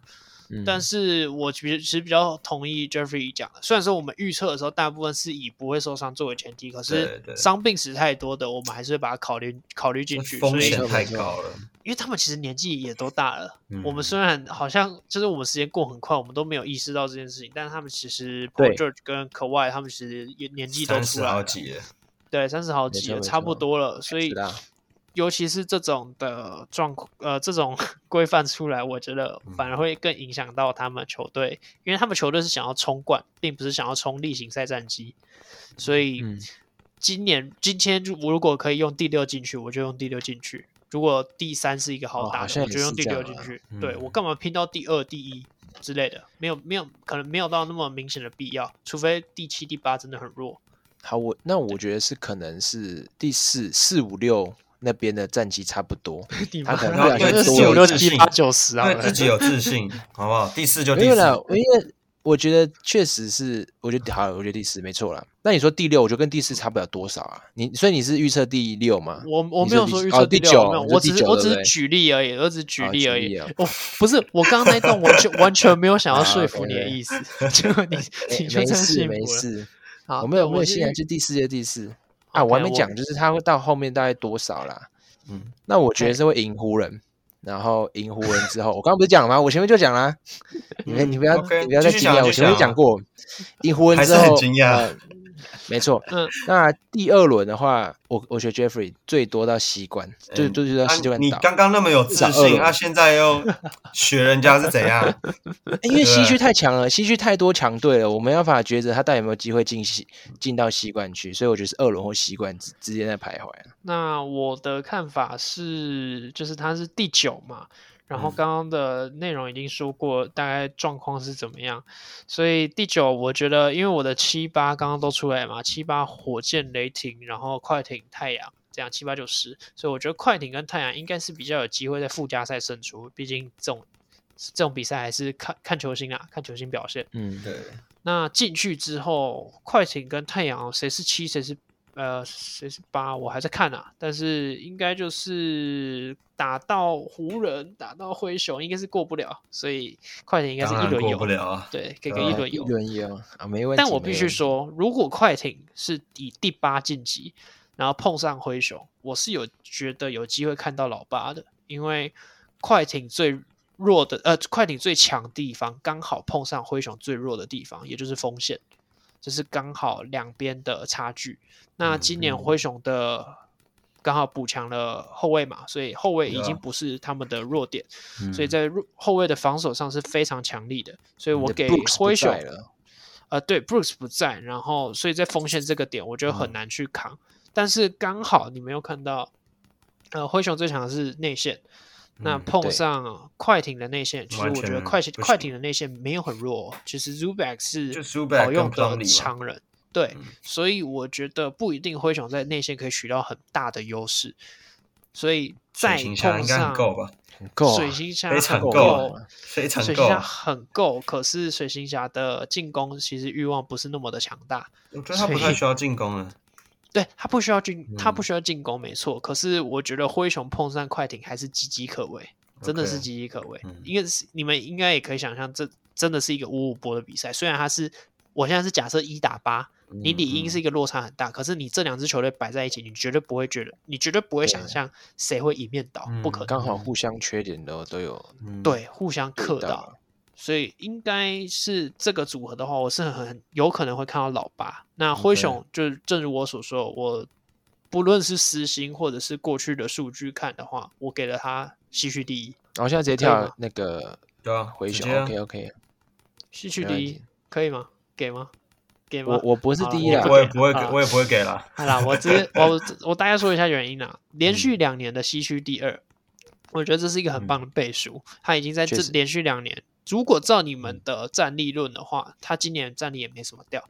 Speaker 1: 但是我其实其实比较同意 Jeffrey 讲的，虽然说我们预测的时候大部分是以不会受伤作为前提，可
Speaker 2: 对
Speaker 1: 是
Speaker 2: 对
Speaker 1: 伤病史太多的，我们还是会把它考虑考虑进去。
Speaker 2: 风
Speaker 1: 所以
Speaker 2: 险太
Speaker 3: 没错
Speaker 2: 高了。
Speaker 1: 因为他们其实年纪也都大了，
Speaker 2: 嗯
Speaker 1: 我们虽然好像就是我们时间过很快，我们都没有意识到这件事情，但是他们其实 p
Speaker 3: 对
Speaker 1: a George 跟 k a w i 他们其实也年纪都
Speaker 2: 三
Speaker 1: 出
Speaker 2: 十
Speaker 1: 来
Speaker 2: 好
Speaker 1: 了，
Speaker 2: 几了，
Speaker 1: 对，三十好
Speaker 3: 没
Speaker 1: 几
Speaker 3: 错
Speaker 1: 了，
Speaker 3: 没
Speaker 1: 差不
Speaker 3: 错
Speaker 1: 多了，所以
Speaker 3: 是啦，
Speaker 1: (laughs) 尤其是这种的状况，呃，这种 (laughs) 规范出来，我觉得
Speaker 3: 嗯
Speaker 1: 反而会更影响到他们球队，因为他们球队是想要冲冠，并不是想要冲例行赛战绩，所以
Speaker 3: 嗯
Speaker 1: 今年今天如我如果可以用第六进去，我就用第六进去；如果第三是一个好
Speaker 3: 哦
Speaker 1: 打
Speaker 3: 好
Speaker 1: 的，
Speaker 3: 像
Speaker 1: 我
Speaker 3: 也
Speaker 1: 就用
Speaker 3: 是
Speaker 1: 第
Speaker 3: 这
Speaker 1: 六
Speaker 3: 样
Speaker 1: 进
Speaker 3: 啊
Speaker 1: 去。对
Speaker 2: 嗯
Speaker 1: 我干嘛拼到第二、第一之类的？没有没有，可能没有到那么明显的必要，除非第七、第八真的很弱。
Speaker 3: 好，我那我觉得是可能是第四四五六那边的战绩差不多，
Speaker 1: 你
Speaker 3: 他
Speaker 1: 妈
Speaker 3: 可能
Speaker 2: 不小心
Speaker 1: 就是
Speaker 2: 多
Speaker 1: 四
Speaker 2: 了
Speaker 1: 五
Speaker 2: 一
Speaker 1: 六
Speaker 2: 次
Speaker 1: 七
Speaker 2: 性
Speaker 1: 八九十啊！
Speaker 2: 对
Speaker 1: 我
Speaker 2: 自己有自信，好不好？第四就
Speaker 3: 没
Speaker 2: 第
Speaker 3: 有
Speaker 2: 四，
Speaker 3: 啦，因为我觉得确实是，我觉得好，我觉得第四没错啦。那你说第六，我觉得跟第四差不了多少啊。你所以你是预测第六吗？
Speaker 1: 我我
Speaker 3: 你
Speaker 1: 没有
Speaker 3: 说第
Speaker 1: 说预
Speaker 3: 哦
Speaker 1: 测
Speaker 3: 第
Speaker 1: 六，
Speaker 3: 九
Speaker 1: 没有，
Speaker 3: 你说
Speaker 1: 我
Speaker 3: 第
Speaker 1: 只是
Speaker 3: 九
Speaker 1: 我
Speaker 3: 对
Speaker 1: 只
Speaker 3: 不
Speaker 1: 是
Speaker 3: 对
Speaker 1: 举例而已，我只是举
Speaker 3: 哦
Speaker 1: 例
Speaker 3: 举
Speaker 1: 而
Speaker 3: 例
Speaker 1: 已
Speaker 3: 哦。
Speaker 1: 我不是我刚刚那段完全完全没有想要
Speaker 3: (laughs) 啊
Speaker 1: 说服
Speaker 3: ，OK，
Speaker 1: 你的
Speaker 3: OK
Speaker 1: 意思，结果你
Speaker 3: 哎
Speaker 1: 你 (laughs) 就
Speaker 3: 没
Speaker 1: 真
Speaker 3: 事
Speaker 1: 幸福
Speaker 3: 没
Speaker 1: 了。
Speaker 3: 事，
Speaker 1: 好
Speaker 3: 我没有我没有
Speaker 1: 我是
Speaker 3: 信
Speaker 1: 预
Speaker 3: 仰，就第四就第四啊。
Speaker 1: ，OK，
Speaker 3: 我还没
Speaker 1: 我
Speaker 3: 讲，就是他会到后面大概多少啦？
Speaker 2: 嗯，
Speaker 3: 那我觉得是会赢湖人，然后赢湖人之后，我刚刚不是讲了吗？我前面就讲啦，你们你不要
Speaker 2: 嗯，OK，
Speaker 3: 你不要再
Speaker 2: 继续
Speaker 3: 惊
Speaker 2: 讲
Speaker 3: 讶，
Speaker 2: 继
Speaker 3: 我
Speaker 2: 续
Speaker 3: 前面
Speaker 2: 讲
Speaker 3: 讲过，赢湖人
Speaker 2: 还
Speaker 3: 之
Speaker 2: 是很
Speaker 3: 后，
Speaker 2: 惊讶
Speaker 3: 呃没错，
Speaker 1: 嗯，
Speaker 3: 那第二轮的话，我我觉得 Jeffrey 最多到习惯，最
Speaker 2: 嗯
Speaker 3: 多就到
Speaker 2: 啊
Speaker 3: 习惯
Speaker 2: 你
Speaker 3: 倒，
Speaker 2: 刚刚那么有自
Speaker 3: 至少二
Speaker 2: 信，
Speaker 3: 轮
Speaker 2: 啊，现在又学人家是怎
Speaker 3: (laughs)
Speaker 2: 样？
Speaker 3: 哎因为
Speaker 2: 对
Speaker 3: 西区太强了，西区太多强队了，我没办法抉择他到底有没有机会进西进到西冠区，所以我觉得是二轮或西冠之之间在徘徊啊。
Speaker 1: 那我的看法是，就是他是第九嘛，然后
Speaker 2: 嗯
Speaker 1: 刚刚的内容已经说过大概状况是怎么样，所以第九我觉得，因为我的七八刚刚都出来嘛，七八火箭、雷霆，然后快艇、太阳这样七八九十，所以我觉得快艇跟太阳应该是比较有机会在附加赛胜出，毕竟这种这种比赛还是看看球星啊，看球星表现。
Speaker 3: 嗯，
Speaker 2: 对，
Speaker 1: 那进去之后，快艇跟太阳谁是七，谁是呃谁是八，我还在看啊。但是应该就是打到湖人，打到灰熊，应该是过不了，所以快艇应该是一
Speaker 2: 当然
Speaker 1: 轮
Speaker 2: 过不
Speaker 1: 游，
Speaker 2: 了啊。
Speaker 1: 对，给个
Speaker 2: 对啊
Speaker 1: 一轮游。
Speaker 3: 轮游啊，没问题。
Speaker 1: 但我必
Speaker 3: 没
Speaker 1: 须
Speaker 3: 问题，
Speaker 1: 说，如果快艇是以第八晋级，然后碰上灰熊，我是有觉得有机会看到老八的，因为快艇最弱的呃，快艇最强的地方刚好碰上灰熊最弱的地方，也就是锋线，这是刚好两边的差距。那今年
Speaker 3: 嗯
Speaker 1: 灰熊的刚好补强了后卫嘛，所以后卫已
Speaker 2: 对啊
Speaker 1: 经不是他们的弱点，
Speaker 2: 嗯
Speaker 1: 所以在弱后卫的防守上是非常强力的，所以我
Speaker 3: 你的
Speaker 1: 给
Speaker 3: 嗯 Brooks 不
Speaker 1: 灰熊
Speaker 3: 在了，
Speaker 1: 呃，对，Brooks 不在，然后所以在锋线这个点，我觉得
Speaker 2: 嗯
Speaker 1: 很难去扛。但是刚好你没有看到，呃，灰熊最强的是内线，那
Speaker 2: 嗯
Speaker 1: 碰
Speaker 3: 对
Speaker 1: 上快艇的内线，其实
Speaker 2: 完
Speaker 1: 我觉得
Speaker 2: 全
Speaker 1: 快艇
Speaker 2: 不
Speaker 1: 快
Speaker 2: 行
Speaker 1: 艇的内线没有很弱哦，其实 Zubac
Speaker 2: 就是 Zubac
Speaker 1: 好用
Speaker 2: 跟 Plumlee
Speaker 1: 的
Speaker 2: 嘛
Speaker 1: 常人，对
Speaker 2: 嗯，
Speaker 1: 所以我觉得不一定灰熊在内线可以取到很大的优势，所以再
Speaker 2: 水行侠
Speaker 1: 碰
Speaker 2: 应该很够
Speaker 1: 上
Speaker 2: 吧？
Speaker 3: 很够啊
Speaker 1: 水星侠
Speaker 2: 非常
Speaker 1: 很
Speaker 2: 够啊
Speaker 1: 够
Speaker 2: 非常
Speaker 1: 水星
Speaker 2: 够
Speaker 1: 侠
Speaker 2: 啊。
Speaker 1: 很够，可是水星侠的进攻其实欲望不是那么的强大。
Speaker 2: 我觉得他不
Speaker 1: 所
Speaker 2: 太
Speaker 1: 以
Speaker 2: 需要进攻了。
Speaker 1: 对他不需要进，他不
Speaker 2: 嗯
Speaker 1: 需要进攻，没错。可是我觉得灰熊碰上快艇还是岌岌可危，真的是
Speaker 2: OK
Speaker 1: 岌岌可危
Speaker 2: 嗯。
Speaker 1: 因为是你们应该也可以想象，这真的是一个五五波的比赛。虽然它是，我现在是假设一打八，你
Speaker 2: 嗯
Speaker 1: 理应是一个落差很大，可是你这两支球队摆在一起，你绝对不会觉得，你绝对不会想
Speaker 3: 对
Speaker 1: 象谁会一面倒，不
Speaker 2: 嗯
Speaker 1: 可能。
Speaker 3: 刚好互相缺点都都有
Speaker 2: 嗯，
Speaker 1: 对，互相克
Speaker 3: 到
Speaker 1: 到，所以应该是这个组合的话，我是很有可能会看到老八。那灰
Speaker 2: OK
Speaker 1: 熊就正如我所说，我不论是私心或者是过去的数据看的话，我给了他西区第一，
Speaker 3: 然后现在直接
Speaker 1: 可以
Speaker 3: 跳
Speaker 1: 吗
Speaker 3: 那个
Speaker 2: 对啊，
Speaker 3: 回
Speaker 2: 直
Speaker 3: 熊
Speaker 2: 接啊
Speaker 3: ，OK OK，
Speaker 1: 西区
Speaker 3: 没问
Speaker 1: 第一
Speaker 3: 题可
Speaker 1: 可以吗？给吗？给吗
Speaker 3: 我？我不是
Speaker 1: 好了
Speaker 3: 第一
Speaker 1: 我
Speaker 3: 啦
Speaker 1: 不，
Speaker 2: 我也不会给，
Speaker 1: 啊
Speaker 2: 我也不会给了。
Speaker 1: 好啦，我直接我我大概说一下原因啦。连续
Speaker 3: 嗯
Speaker 1: 两年的西区第二，我觉得这是一个很棒的背书。他已经在这
Speaker 3: 确实嗯
Speaker 1: 连续两年，如果照你们的战力论的话，他今年战力也没什么掉。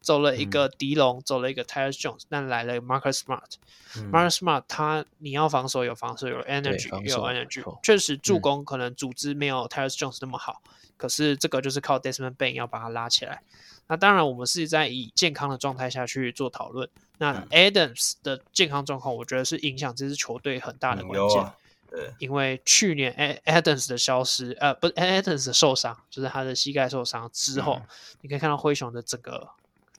Speaker 1: 走了
Speaker 3: 嗯
Speaker 1: 一个迪龙，走了一个 Tyler Jones，但来了 Marcus Smart。
Speaker 2: 嗯
Speaker 1: Marcus Smart 他你要防守有防守，有 energy
Speaker 3: 防
Speaker 1: 也有
Speaker 3: 守
Speaker 1: energy
Speaker 3: 没错。
Speaker 1: 确实助
Speaker 3: 嗯
Speaker 1: 攻可能组织没有 Tyler Jones 那么好，可是这个就是靠 Desmond Bain 要把他拉起来。那当然，我们是在以健康的状态下去做讨
Speaker 2: 嗯
Speaker 1: 论。那 Adams 的健康状况，我觉得是影响这支球队很大的
Speaker 2: 隐
Speaker 1: 关
Speaker 2: 忧
Speaker 1: 键。
Speaker 2: 啊对，
Speaker 1: 因为去年 A- Adams 的消失，呃，不是 Adams 的受伤，就是他的膝盖受伤之
Speaker 2: 嗯
Speaker 1: 后，你可以看到灰熊的整个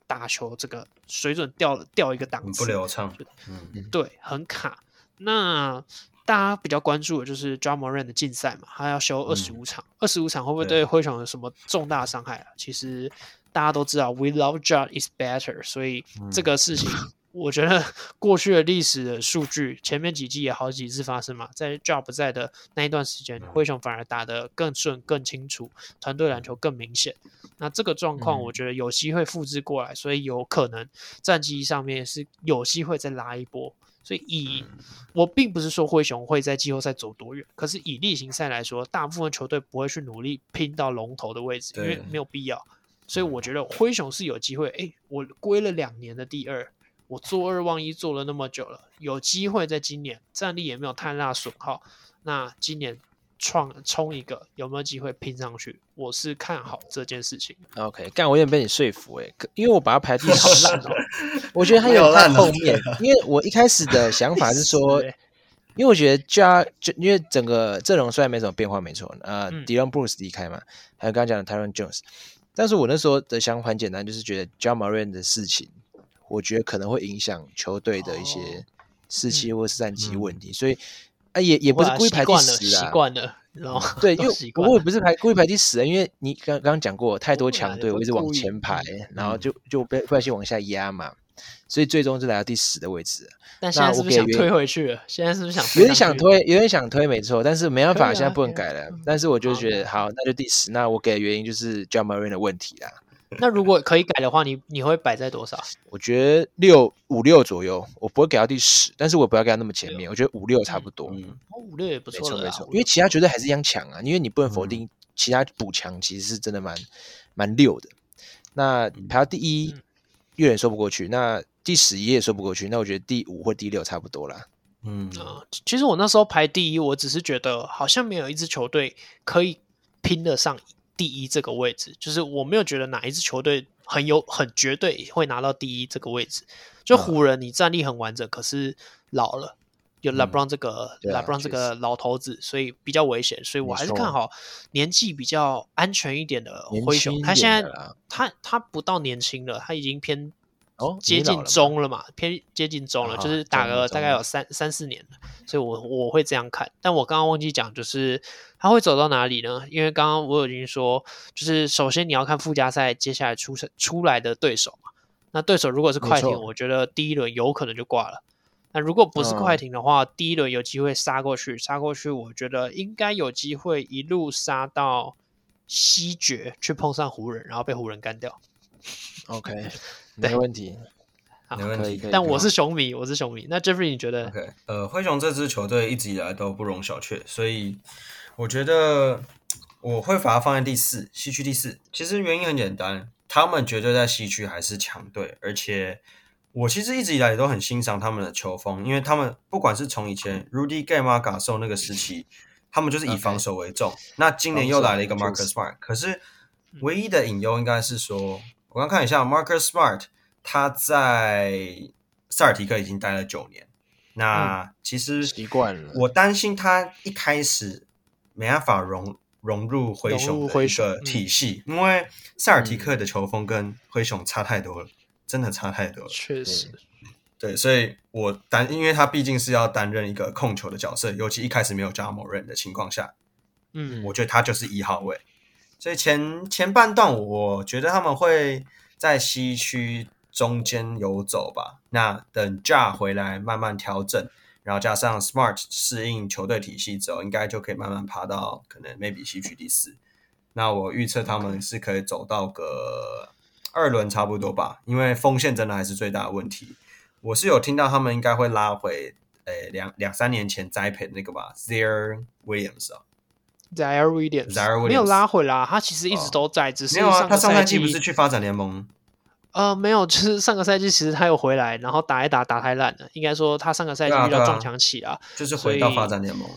Speaker 1: 打球这个水准掉了掉一个档
Speaker 2: 很
Speaker 1: 次，
Speaker 2: 不流畅。嗯，
Speaker 1: 对，很卡。那大家比较关注的就是 j a m o r a n 的竞赛嘛，他要休二十五场，二十五场会不会
Speaker 2: 嗯对
Speaker 1: 对灰熊有什么重大伤害啊？其实大家都知道，We love j o h is better，所以
Speaker 2: 嗯
Speaker 1: 这个事情。我觉得过去的历史的数据，前面几季也好几次发生嘛，在 j o b 在的那一段时间，
Speaker 2: 嗯
Speaker 1: 灰熊反而打得更顺、更清楚，团队篮球更明显。那这个状况，
Speaker 3: 嗯
Speaker 1: 我觉得有机会复制过来，所以有可能战绩上面是有机会再拉一波。所以以
Speaker 3: 嗯
Speaker 1: 我并不是说灰熊会在季后赛走多远，可是以例行赛来说，大部分球队不会去努力拼到龙头的位置，因为
Speaker 2: 对
Speaker 1: 没有必要。所以我觉得灰熊是有机会。诶，我归了两年的第二，我做二望一做了那么久了，有机会在今年战力也没有太大损耗，那今年创冲一个有没有机会拼上去？我是看好这件事情。
Speaker 3: OK，干，我有点被你说服哎、可因为我把它排第
Speaker 2: (laughs)
Speaker 3: 十，哦我觉得它
Speaker 2: 没有
Speaker 3: 有在
Speaker 2: 烂哦 (laughs)
Speaker 3: 后面，因为我一开始的想法是说
Speaker 1: 是欸，
Speaker 3: 因为我觉得加就因为整个阵容虽然没什么变化，没错，呃、
Speaker 1: 嗯
Speaker 3: d y l a n Brooks 离开嘛，还有刚刚讲的 Tyron Jones，但是我那时候的想法很简单，就是觉得 j a m a r a n 的事情，我觉得可能会影响球队的一
Speaker 1: 哦
Speaker 3: 些士气
Speaker 1: 嗯
Speaker 3: 或是战绩
Speaker 2: 嗯
Speaker 3: 问题，所以啊也也不是
Speaker 1: 会啊
Speaker 3: 故意
Speaker 1: 习
Speaker 3: 排第
Speaker 1: 惯了
Speaker 3: 十
Speaker 1: 习
Speaker 3: 啊，
Speaker 1: 惯了，你知道吗？ (laughs)
Speaker 3: 对，因
Speaker 1: 都
Speaker 3: 为
Speaker 1: 习惯
Speaker 3: 我也
Speaker 1: 了
Speaker 3: 不是排故意排第十啊，因为你刚刚讲过太多
Speaker 1: 不然
Speaker 3: 强
Speaker 1: 也
Speaker 3: 队，
Speaker 1: 不
Speaker 3: 我一直
Speaker 1: 故
Speaker 3: 往
Speaker 1: 意
Speaker 3: 前排，然后
Speaker 2: 嗯
Speaker 3: 就就不不小心往下压嘛，所以最终就来到第十的位置，
Speaker 1: 但现在
Speaker 3: 那
Speaker 1: 是
Speaker 3: 我
Speaker 1: 不是想
Speaker 3: 给原
Speaker 1: 推回去了？现在是不是想
Speaker 3: 有点想
Speaker 1: 上去？
Speaker 3: 推，有点想推，没错，但是没办
Speaker 1: 可
Speaker 3: 法，
Speaker 1: 以
Speaker 3: 现在
Speaker 1: 啊
Speaker 3: 不能
Speaker 1: 可以啊
Speaker 3: 改了
Speaker 1: 嗯。
Speaker 3: 但是我就
Speaker 1: 好
Speaker 3: 觉得好，那就第十。那我给的原因就是 j a m a r i n 的问题啦，啊
Speaker 1: 那如果可以改的话，你你会摆在多少？哦
Speaker 3: 我觉得六五六左右，我不会给到第十，但是我也不要给他那么前面，我觉得五六差不多。
Speaker 2: 嗯，
Speaker 1: 哦五六也不
Speaker 3: 没
Speaker 1: 错
Speaker 3: 错
Speaker 1: 了
Speaker 3: 没
Speaker 1: 啦，
Speaker 3: 错，
Speaker 1: 五
Speaker 3: 因为
Speaker 1: 六
Speaker 3: 其他球队还是一样强啊，因为你不能否
Speaker 2: 嗯
Speaker 3: 定其他补强其实是真的蛮蛮溜的。那排到第一
Speaker 1: 嗯，有
Speaker 3: 有点说不过去；那第十一也说不过去。那我觉得第五或第六差不多啦。
Speaker 2: 嗯，
Speaker 1: 啊、其实我那时候排第一，我只是觉得好像没有一支球队可以拼得上第一这个位置，就是我没有觉得哪一支球队很有很绝对会拿到第一这个位置。
Speaker 3: 嗯
Speaker 1: 就湖人，你战力很完整，可是老了。有
Speaker 2: 嗯
Speaker 1: LeBron 这个、
Speaker 3: 对啊
Speaker 1: LeBron
Speaker 3: 确
Speaker 1: 这个老头子，所以比较危险，所以我
Speaker 3: 没
Speaker 1: 还是
Speaker 3: 错
Speaker 1: 看好年纪比较安全一点的
Speaker 3: 年
Speaker 1: 灰
Speaker 3: 轻
Speaker 1: 熊。
Speaker 3: 一
Speaker 1: 他现在
Speaker 3: 点的啦
Speaker 1: 他他不到年轻了，他已经偏
Speaker 3: 哦，
Speaker 1: 接
Speaker 3: 你老
Speaker 1: 近
Speaker 3: 了吗，
Speaker 1: 中了嘛，偏接近中了，
Speaker 3: 啊
Speaker 1: 就是打
Speaker 3: 中了
Speaker 1: 个
Speaker 3: 中
Speaker 1: 大概
Speaker 3: 了
Speaker 1: 有三三四年了，所以我我会这样看。但我刚刚忘记讲，就是他会走到哪里呢？因为刚刚我已经说，就是首先你要看附加赛接下来出出来的对手嘛。那对手如果是
Speaker 3: 没
Speaker 1: 快艇，
Speaker 3: 错
Speaker 1: 我觉得第一轮有可能就挂了。那如果不是快
Speaker 3: 嗯
Speaker 1: 艇的话，第一轮有机会杀过去，杀过去，我觉得应该有机会一路杀到西决，去碰上湖人，然后被湖人干掉。
Speaker 3: OK，没问题，
Speaker 1: 好
Speaker 2: 没问
Speaker 3: 可以
Speaker 2: 题
Speaker 3: 可。以。
Speaker 1: 但
Speaker 3: 可以
Speaker 1: 我是熊迷，我是熊迷。那 Jeffrey 你觉得
Speaker 2: OK，呃，灰熊这支球队一直以来都不容小觑，所以我觉得我会把它放在第四，西区第四。其实原因很简单，他们绝对在西区还是强队，而且我其实一直以来也都很欣赏他们的球风，因为他们不管是从以前 Rudy Gay、m a r g a s o 那个时期，他们就是以
Speaker 3: OK
Speaker 2: 防守为重。那今年又来了一个
Speaker 3: 防守
Speaker 2: Marcus Smart，可是唯一的隐忧应该是说，我刚看一下 Marcus Smart，他在塞尔提克已经待了九年。那其实
Speaker 3: 习惯了
Speaker 2: 我担心他一开始没办法融融入灰
Speaker 1: 融入
Speaker 2: 熊的
Speaker 1: 灰
Speaker 2: 一
Speaker 1: 熊
Speaker 2: 个
Speaker 1: 嗯
Speaker 2: 体系，因为塞尔提克的球风跟灰熊差太多了，真的差太多了。
Speaker 1: 确实，
Speaker 2: 对，所以我担，因为他毕竟是要担任一个控球的角色，尤其一开始没有加某人的情况下，
Speaker 1: 嗯，
Speaker 2: 我觉得他就是一号位。所以前前半段，我觉得他们会在西区中间游走吧。那等 Ja 回来慢慢调整，然后加上 Smart 适应球队体系之后，应该就可以慢慢爬到可能 maybe 西区第四。那我预测他们是可以走到个二轮差不多吧，因为锋线真的还是最大的问题。我是有听到他们应该会拉回，诶、两两三年前栽培的那个吧 z e r Williams 啊，
Speaker 1: Zaire Williams
Speaker 2: Zaire
Speaker 1: 没有
Speaker 2: Williams
Speaker 1: 拉回来啊，他其实一直
Speaker 2: 哦
Speaker 1: 都在，只是
Speaker 2: 没有啊，他
Speaker 1: 个
Speaker 2: 上赛
Speaker 1: 赛
Speaker 2: 季不是去发展联盟？
Speaker 1: 呃没有， (laughs) 就是上个赛季其实他有回来，然后打一打打太烂了，应该说他上个赛季
Speaker 2: 对啊
Speaker 1: 遇到
Speaker 2: 对啊
Speaker 1: 撞墙期啊，
Speaker 2: 就是
Speaker 1: 所
Speaker 2: 回
Speaker 1: 以
Speaker 2: 到发展联 (laughs) 盟，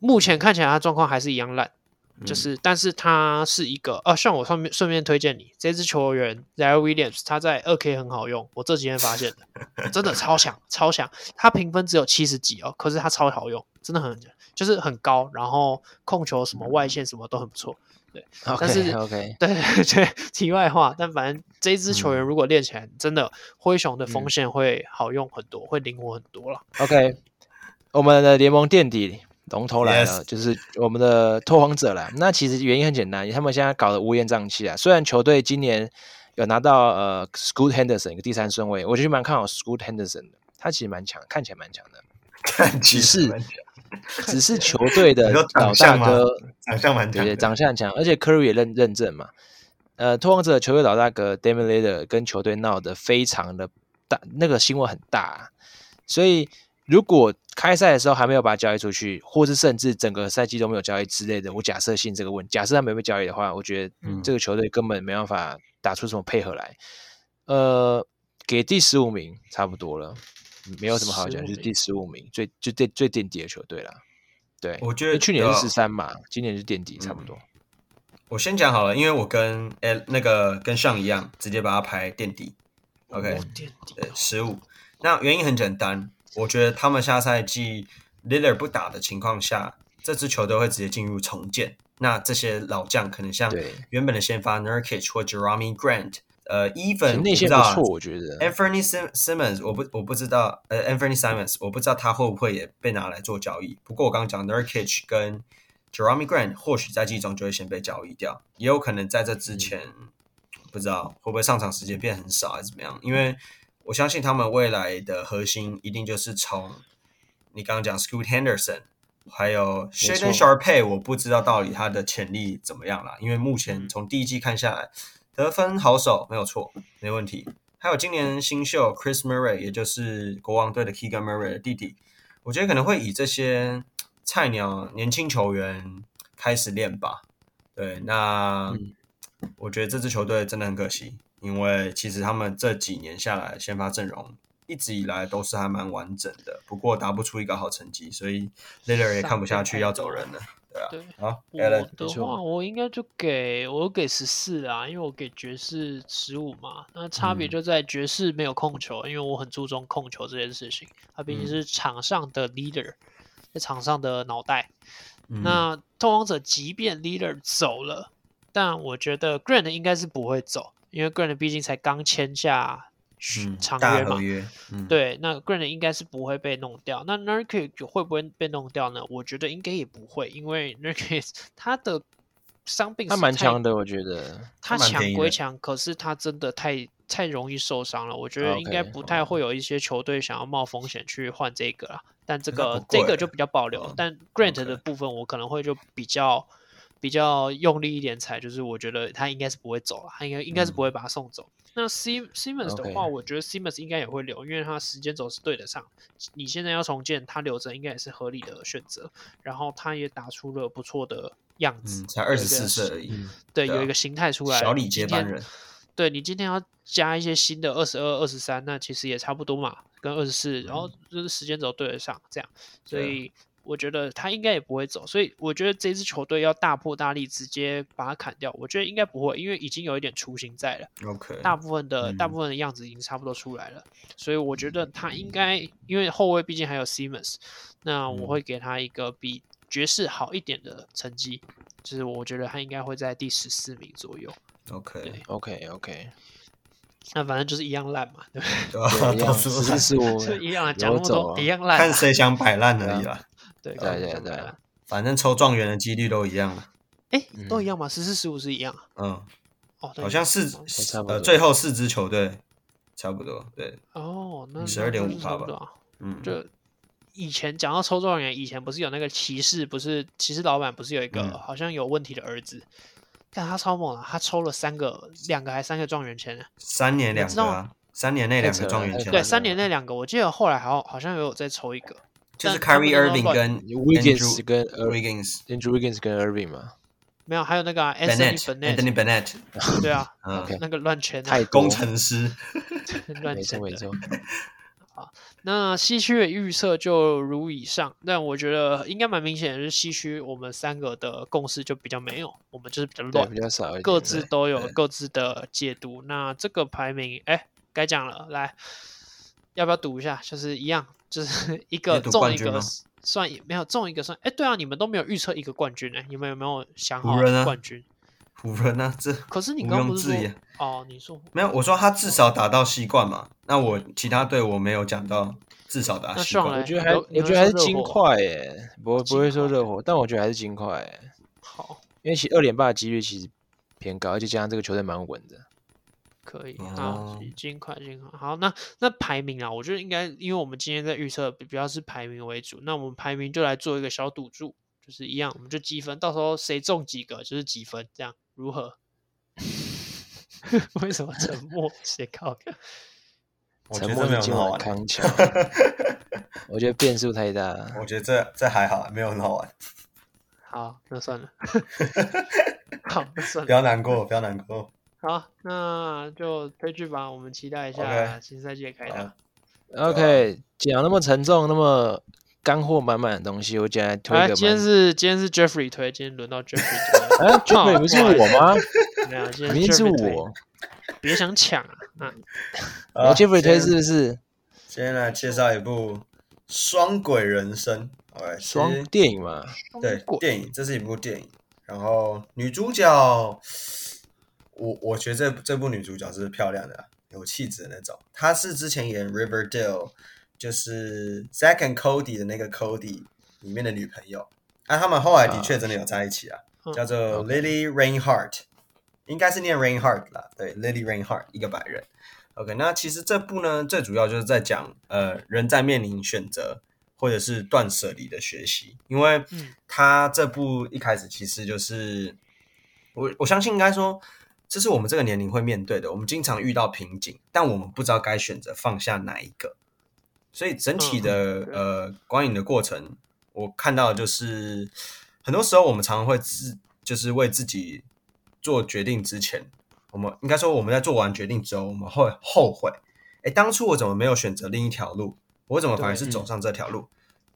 Speaker 1: 目前看起来他状况还是一样烂，
Speaker 2: 嗯
Speaker 1: 就是，但是他是一个，啊，像我顺便顺便推荐你这支球员 z a r Williams，他在二 K 很好用，我这几天发现的，真的超强超强，他评分只有七十几哦，可是他超好用，真的很就是很高，然后控球什么外线什么都很不错。但是
Speaker 3: OK OK，
Speaker 1: 对对 (laughs) 对，题外话，但反正这一支球
Speaker 2: 嗯
Speaker 1: 员如果练起来，真的灰熊的锋
Speaker 3: 嗯
Speaker 1: 线会好用很多，会灵活很多了。
Speaker 3: OK，我们的联盟垫底龙头来
Speaker 2: Yes
Speaker 3: 了就是我们的拓荒者了。那其实原因很简单，他们现在搞得乌烟瘴气啊。虽然球队今年有拿到呃 Scoot Henderson 一个第三顺位，我就蛮看好 Scoot Henderson 的，他其实蛮强，看起来蛮强的。
Speaker 2: 看起
Speaker 3: 是
Speaker 2: 来蛮强
Speaker 3: 只是球队的
Speaker 2: (laughs) 你说长
Speaker 3: 老大
Speaker 2: 相吗
Speaker 3: 哥，
Speaker 2: 长相蛮
Speaker 3: 对
Speaker 2: 强
Speaker 3: 对，
Speaker 2: 的，
Speaker 3: 长相很强，而且 Curry 也认认证嘛。呃，拓荒者的球队老大哥 d a m i l a t e r 跟球队闹得非常的大，那个新闻很大、啊，所以如果开赛的时候还没有把他交易出去，或是甚至整个赛季都没有交易之类的，我假设性这个问，假设他没被交易的话，我觉得
Speaker 2: 嗯
Speaker 3: 这个球队根本没办法打出什么配合来。呃，给第十五名差不多了，没有什么好讲，
Speaker 1: 15
Speaker 3: 就是
Speaker 1: 名
Speaker 3: 第十五名，最就最最垫底的球队啦。对，
Speaker 2: 我觉
Speaker 3: 因为
Speaker 2: 得
Speaker 3: 去年
Speaker 2: 对
Speaker 3: 是十
Speaker 2: 啊嗯
Speaker 3: 三嘛，今年是垫底，差不多。
Speaker 2: 我先讲好了，因为我跟哎、那个跟上一样，直接把它排垫底。OK，呃
Speaker 1: 我垫底
Speaker 2: 对，十五。那原因很简单，我觉得他们下赛季 l i l l a r 不打的情况下，这支球队会直接进入重建。那这些老将可能像
Speaker 3: 对
Speaker 2: 原本的先发 Nurkic 或 Jeremy Grant，呃
Speaker 3: 其实
Speaker 2: ，even
Speaker 3: 内
Speaker 2: 我知
Speaker 3: 线不
Speaker 2: 道啊
Speaker 3: 错，我觉得。
Speaker 2: Anthony Sim- Simmons，我不我不知道，呃，Anthony Simmons，我不知道他会不会也被拿来做交易。不过我刚刚讲 Nurkic 跟 Jeremy Grant 或许在季中就会先被交易掉，也有可能在这之前、不知道会不会上场时间变很少还是怎么样。因为我相信他们未来的核心一定就是从你刚刚讲 Scoot Henderson，还有 s h
Speaker 3: 错
Speaker 2: a d e n Sharpay，我不知道到底他的潜力怎么样啦。因为目前从第一季看下来，得分好手没有错，没问题。还有今年新秀 Chris Murray，也就是国王队的 Keegan Murray 的弟弟，我觉得可能会以这些菜鸟年轻球员开始练吧。对，那、
Speaker 3: 嗯
Speaker 2: 我觉得这支球队真的很可惜，因为其实他们这几年下来先发阵容一直以来都是还蛮完整的，不过打不出一个好成绩，所以 l i l l a r 也看不下去要走人了。
Speaker 1: 对，
Speaker 2: 好
Speaker 1: 我
Speaker 2: ，Allen，
Speaker 1: 的
Speaker 3: 错
Speaker 1: 话，我应该就给我给十四啊，因为我给爵士十五嘛。那差别
Speaker 2: 嗯
Speaker 1: 就在爵士没有控球，因为我很注重控球这件事情，他毕竟
Speaker 2: 嗯
Speaker 1: 是场上的 leader，在场上的脑袋。
Speaker 2: 嗯
Speaker 1: 那拓荒者即便 leader 走了，但我觉得 Grant 应该是不会走，因为 Grant 毕竟才刚签下
Speaker 2: 嗯
Speaker 1: 长
Speaker 2: 大
Speaker 1: 约嘛
Speaker 2: 合。约，嗯，
Speaker 1: 对，那 Grant 应该是不会被弄掉。那 Nurkic 会不会被弄掉呢？我觉得应该也不会，因为 Nurkic 他的伤病
Speaker 3: 他
Speaker 1: 是
Speaker 3: 蛮
Speaker 1: 太
Speaker 3: 强，的，我觉得。
Speaker 1: 他
Speaker 2: 蛮
Speaker 1: 强
Speaker 2: 便宜
Speaker 1: 归
Speaker 2: 的
Speaker 1: 强，可是他真的太太容易受伤了。我觉
Speaker 2: 啊
Speaker 1: 得应该
Speaker 3: OK，
Speaker 1: 不太会有一些球队想要冒风险去换这个啦。但这
Speaker 2: 那
Speaker 1: 个
Speaker 2: 不
Speaker 1: 这个
Speaker 2: 贵
Speaker 1: 就比较保留
Speaker 2: 嗯，
Speaker 1: 但 Grant
Speaker 2: OK
Speaker 1: 的部分我可能会就比较。比较用力一点踩，就是我觉得他应该是不会走了，他应该应该是不
Speaker 2: 嗯
Speaker 1: 会把他送走。那 Sim Simmons 的
Speaker 3: OK
Speaker 1: 话，我觉得 Simmons 应该也会留，因为他时间轴是对得上。你现在要重建，他留着应该也是合理的选择。然后他也打出了不错的样子，
Speaker 2: 嗯，才
Speaker 1: 有
Speaker 2: 二
Speaker 1: 一
Speaker 2: 十
Speaker 1: 个
Speaker 2: 四岁而已，
Speaker 1: 对，
Speaker 2: 对啊
Speaker 1: 有一个形态出来了。
Speaker 2: 小
Speaker 1: 你
Speaker 2: 李接
Speaker 1: 今天
Speaker 2: 班人。
Speaker 1: 对你今天要加一些新的二十二、二十三，那其实也差不多嘛，跟二十四，然后就是时间轴对得上，这样，所
Speaker 2: 嗯对啊
Speaker 1: 以我觉得他应该也不会走，所以我觉得这支球队要大破大立，直接把他砍掉，我觉得应该不会，因为已经有一点雏形在了，
Speaker 2: OK，
Speaker 1: 大部分的、大
Speaker 2: 嗯
Speaker 1: 部分的样子已经差不多出来了，所以我觉得他应该，因为后卫毕竟还有 Simmons，那我
Speaker 2: 嗯
Speaker 1: 会给他一个比爵士好一点的成绩，就是我觉得他应该会在第十四名左右。
Speaker 2: OK，
Speaker 1: 对
Speaker 3: OK
Speaker 2: (laughs)
Speaker 3: OK，
Speaker 1: 那反正就是一样烂嘛，对不对？
Speaker 2: 对啊
Speaker 3: 对，一
Speaker 2: 到
Speaker 3: 样
Speaker 2: 处
Speaker 3: 十
Speaker 2: (laughs) 都是
Speaker 3: 四十五，
Speaker 1: 就一样啊，
Speaker 3: 游
Speaker 1: 讲那么
Speaker 3: 走
Speaker 1: 多
Speaker 3: 啊
Speaker 1: 一样烂
Speaker 2: 看
Speaker 1: 啊，
Speaker 2: 谁想摆烂而已啦。
Speaker 1: 对
Speaker 3: 对
Speaker 1: 看谁
Speaker 3: 对
Speaker 1: 想
Speaker 3: 对
Speaker 1: 摆烂
Speaker 2: 反正抽状元的几率都一样了。
Speaker 1: 哎，都一
Speaker 3: 嗯
Speaker 1: 样嘛，十四十五是一样啊
Speaker 2: 嗯，
Speaker 1: 哦，对
Speaker 2: 好像是
Speaker 3: 差不多
Speaker 2: 呃最后四支球队差不多。对，
Speaker 1: 哦，那
Speaker 2: 12.5
Speaker 1: 那就是
Speaker 2: 趴
Speaker 1: 差不
Speaker 2: 吧
Speaker 1: 多啊
Speaker 2: 嗯，
Speaker 1: 就以前讲到抽状元，以前不是有那个骑士，不是骑士老板不是有一个
Speaker 2: 嗯
Speaker 1: 好像有问题的儿子，但他超猛了，啊他抽了三个、两个还三个状元签呢，
Speaker 2: 三年两
Speaker 1: 你知
Speaker 2: 个
Speaker 1: 道呃
Speaker 2: 啊，三年内两个状元
Speaker 3: 太扯
Speaker 2: 签，
Speaker 3: 了
Speaker 1: 对，
Speaker 3: 太扯了
Speaker 1: 三年内两个，我记得后来好好像也有再抽一个，
Speaker 2: 就是
Speaker 1: 但他们
Speaker 2: Kyrie
Speaker 1: 那时候
Speaker 2: Irving
Speaker 1: 乱
Speaker 2: 跟
Speaker 3: Wiggins
Speaker 2: Andrew
Speaker 3: 跟呃
Speaker 2: Wiggins、
Speaker 3: Andrew Wiggins 跟 Irving 嘛，
Speaker 1: 没有，还有那个啊 Anthony
Speaker 2: Bennett、
Speaker 1: Bennett，
Speaker 2: Anthony Bennett
Speaker 1: 对
Speaker 3: (laughs)
Speaker 1: 啊，
Speaker 2: 嗯
Speaker 3: OK
Speaker 1: 那个乱圈啊
Speaker 3: 太，多
Speaker 2: 工程师，
Speaker 1: 乱
Speaker 3: 没错
Speaker 1: 签
Speaker 3: 没
Speaker 1: 的。
Speaker 3: 错，
Speaker 1: 那西区的预测就如以上，但我觉得应该蛮明显的，就是西区我们三个的共识就比较没有，我们就是比较
Speaker 3: 对
Speaker 1: 乱
Speaker 3: 比，较少一点，
Speaker 1: 各自
Speaker 2: 对
Speaker 1: 都有
Speaker 2: 对
Speaker 1: 各自的解读。那这个排名，哎，该讲了，来，要不要赌一下？就是一样，就是 (laughs) 一个
Speaker 2: 你赌
Speaker 1: 中
Speaker 2: 冠
Speaker 1: 一
Speaker 2: 军
Speaker 1: 个
Speaker 2: 吗
Speaker 1: 算没有中一个算。哎，对啊，你们都没有预测一个冠军哎、你们有没有想好
Speaker 2: 湖人啊
Speaker 1: 冠军？
Speaker 2: 湖人啊，这
Speaker 1: 可是你
Speaker 2: 毋
Speaker 1: 刚刚
Speaker 2: 庸
Speaker 1: 不是
Speaker 2: 置疑
Speaker 1: 说
Speaker 2: 啊
Speaker 1: 哦，你说
Speaker 2: 没有，我说他至少打到西冠嘛。那我其他队我没有讲到，至少打
Speaker 1: 那
Speaker 2: 西
Speaker 1: 上
Speaker 2: 冠
Speaker 1: 来
Speaker 3: 我觉得还
Speaker 1: 有有
Speaker 3: 我
Speaker 1: 人
Speaker 3: 觉得还是
Speaker 1: 说热
Speaker 3: 金
Speaker 1: 火
Speaker 3: 块耶，不会不会
Speaker 1: 金
Speaker 3: 说
Speaker 1: 块
Speaker 3: 热火，但我觉得还是金块耶，
Speaker 1: 好
Speaker 3: 因为其二连霸的几率其实偏高，而且加上这个球队蛮稳的。
Speaker 1: 可以
Speaker 2: 哦
Speaker 1: 好，尽快尽快。好，那那排名啊，我觉得应该，因为我们今天在预测比比较是排名为主，那我们排名就来做一个小赌注，就是一样，我们就积分，到时候谁中几个就是几分，这样如何？ (laughs) 为什么沉默？ (laughs) 谁靠？
Speaker 2: 我觉
Speaker 3: 沉
Speaker 2: 得
Speaker 3: 默
Speaker 2: 这没
Speaker 3: 是
Speaker 2: 有很
Speaker 3: 今
Speaker 2: 好
Speaker 3: 晚的
Speaker 2: 玩。
Speaker 3: 康桥，
Speaker 2: (laughs)
Speaker 3: 我觉得变数太大了。
Speaker 2: 我觉得这这还好，没有很好玩，
Speaker 1: 好，那算了， (laughs) 好，那算
Speaker 2: 不
Speaker 1: 了。
Speaker 2: 要难过，不要难过。
Speaker 1: 好，那就推剧吧，我们期待一
Speaker 2: OK
Speaker 1: 下新赛季的开打
Speaker 2: 好。
Speaker 1: 啊
Speaker 3: OK，讲那么沉重、那么干货满满的东西，我简单推一
Speaker 1: 哎，
Speaker 3: 个
Speaker 1: 今天
Speaker 3: 蛮。
Speaker 1: 是今天是 Jeffrey 推，今天轮到 Jeffrey (laughs) 推了。
Speaker 3: 啊，绝对不是
Speaker 1: (laughs)
Speaker 3: 我吗？
Speaker 1: 没有，今
Speaker 3: 明明
Speaker 1: 天
Speaker 3: 是
Speaker 1: 哦 Jeffrey 推
Speaker 3: 我，
Speaker 1: 别想抢啊！啊，
Speaker 2: 好
Speaker 3: 我 Jeffrey 推
Speaker 2: 先
Speaker 3: 是不是
Speaker 2: 今天来介绍一部《双轨人生》，OK，
Speaker 3: 双电影嘛？
Speaker 2: 对
Speaker 1: 过
Speaker 2: 电影，这是一部电影。然后女主角，我我觉得这这部女主角是漂亮的啊、有气质的那种。她是之前演《Riverdale》，就是《Zack and Cody》的那个 Cody 里面的女朋友。啊，他们后来的确真的有在一起啊，
Speaker 1: 嗯
Speaker 2: 叫做
Speaker 3: OK
Speaker 2: Lily Reinhart，应该是念 Reinhart 啦，对，Lily Reinhart，一个白人。OK，那其实这部呢，最主要就是在讲，呃，人在面临选择或者是断舍离的学习，因为
Speaker 1: 嗯
Speaker 2: 他这部一开始其实就是，我我相信应该说，这是我们这个年龄会面对的，我们经常遇到瓶颈，但我们不知道该选择放下哪一个，所以整体的、
Speaker 1: 嗯对
Speaker 2: 呃观影的过程，我看到的就是，很多时候我们常常会自就是为自己做决定之前，我们应该说我们在做完决定之后，我们会后悔，哎，当初我怎么没有选择另一条路？我怎么反而是
Speaker 3: 对嗯
Speaker 2: 走上这条路？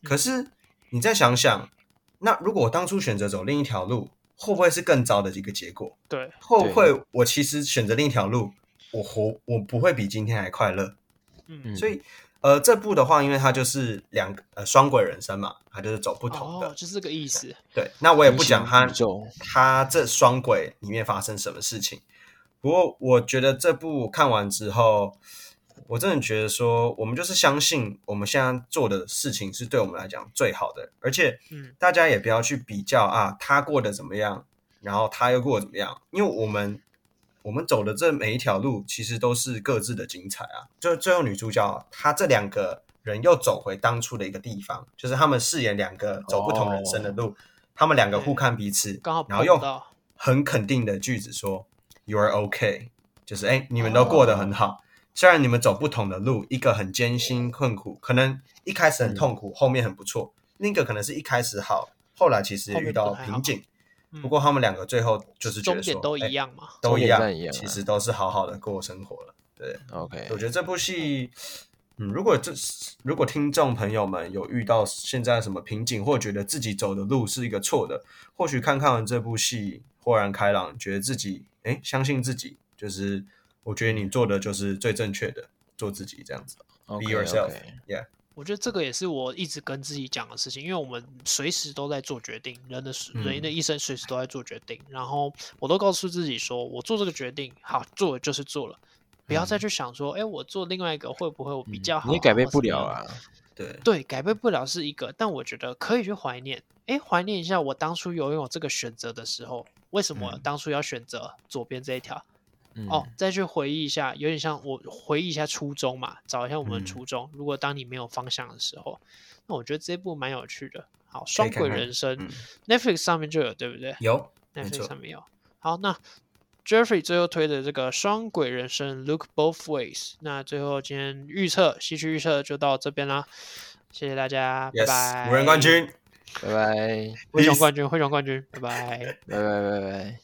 Speaker 2: 可是你再想想，那如果我当初选择走另一条路，会不会是更糟的一个结果？
Speaker 1: 对，
Speaker 2: 会不会我其实选择另一条路，我活我不会比今天还快乐？
Speaker 1: 嗯，
Speaker 2: 所以，呃，这部的话，因为它就是两个呃双轨人生嘛，它就是走不同的。
Speaker 1: 哦，就是这个意思。
Speaker 2: 对，那我也不讲它
Speaker 3: 平行宇宙
Speaker 2: 它这双轨里面发生什么事情。不过我觉得这部看完之后，我真的觉得说，我们就是相信我们现在做的事情是对我们来讲最好的，而且
Speaker 1: 嗯，
Speaker 2: 大家也不要去比较啊，他过得怎么样，然后他又过得怎么样，因为我们我们走的这每一条路其实都是各自的精彩啊。就最后女主角啊她这两个人又走回当初的一个地方，就是他们饰演两个走不同人生的路，他们两个互看彼此，
Speaker 1: 刚好
Speaker 2: 然后
Speaker 1: 碰
Speaker 2: 用
Speaker 1: 到。
Speaker 2: 很肯定的句子说 “You are okay”，就是哎、你们都过得很好。
Speaker 1: 哦
Speaker 2: 虽然你们走不同的路，一个很艰辛困苦，可能一开始很痛
Speaker 1: 嗯
Speaker 2: 苦，后面很不错；另一个可能是一开始好，后来其实也遇到瓶颈。
Speaker 1: 嗯
Speaker 2: 不过他们两个最后就是觉
Speaker 1: 终
Speaker 2: 得
Speaker 1: 点
Speaker 2: 说，
Speaker 1: 都
Speaker 2: 哎
Speaker 1: 一，样嘛。
Speaker 2: 都一
Speaker 3: 终点
Speaker 2: 样，
Speaker 3: 站一样啊
Speaker 2: 其实都是好好的过生活了。对，
Speaker 3: OK，
Speaker 2: 我觉得这部戏，嗯，如果这如果听众朋友们有遇到现在什么瓶颈，或觉得自己走的路是一个错的，或许看看完这部戏，豁然开朗，觉得自己哎，相信自己，就是我觉得你做的就是最正确的，做自己这样子。
Speaker 3: OK，
Speaker 2: Be yourself，
Speaker 3: OK
Speaker 2: yeah，
Speaker 1: 我觉得这个也是我一直跟自己讲的事情，因为我们随时都在做决定，人的
Speaker 2: 嗯
Speaker 1: 人的一生随时都在做决定。然后我都告诉自己说，我做这个决定，好做了就是做了，不要再去想说，哎，我做另外一个会不会我比较好啊？
Speaker 3: 嗯你也改变不了
Speaker 1: 或什么样
Speaker 3: 啊。
Speaker 2: 对，
Speaker 1: 对，改变不了是一个，但我觉得可以去怀念。诶，怀念一下我当初拥有这个选择的时候，为什么
Speaker 2: 嗯
Speaker 1: 当初要选择左边这一条？
Speaker 3: 嗯
Speaker 1: 哦，再去回忆一下，有点像我回忆一下初衷嘛，找一下我们
Speaker 2: 嗯
Speaker 1: 的初衷。如果当你没有方向的时候，那我觉得这部蛮有趣的。好，双
Speaker 2: 看
Speaker 1: 轨
Speaker 2: 看
Speaker 1: 人生、n
Speaker 2: 嗯
Speaker 1: e t f l i x 上面就有，对不对？
Speaker 2: 有，没
Speaker 1: Netflix
Speaker 2: 错
Speaker 1: 上面有。好，那 Jeffrey 最后推的这个《双轨人生》（Look Both Ways），那最后今天预测西区预测就到这边啦，谢谢大家拜拜。
Speaker 2: ，yes，无人冠，军。
Speaker 3: 嗯拜拜，
Speaker 1: 灰熊
Speaker 2: Peace
Speaker 1: 冠军，灰熊冠军，拜拜。
Speaker 3: 拜拜，拜拜。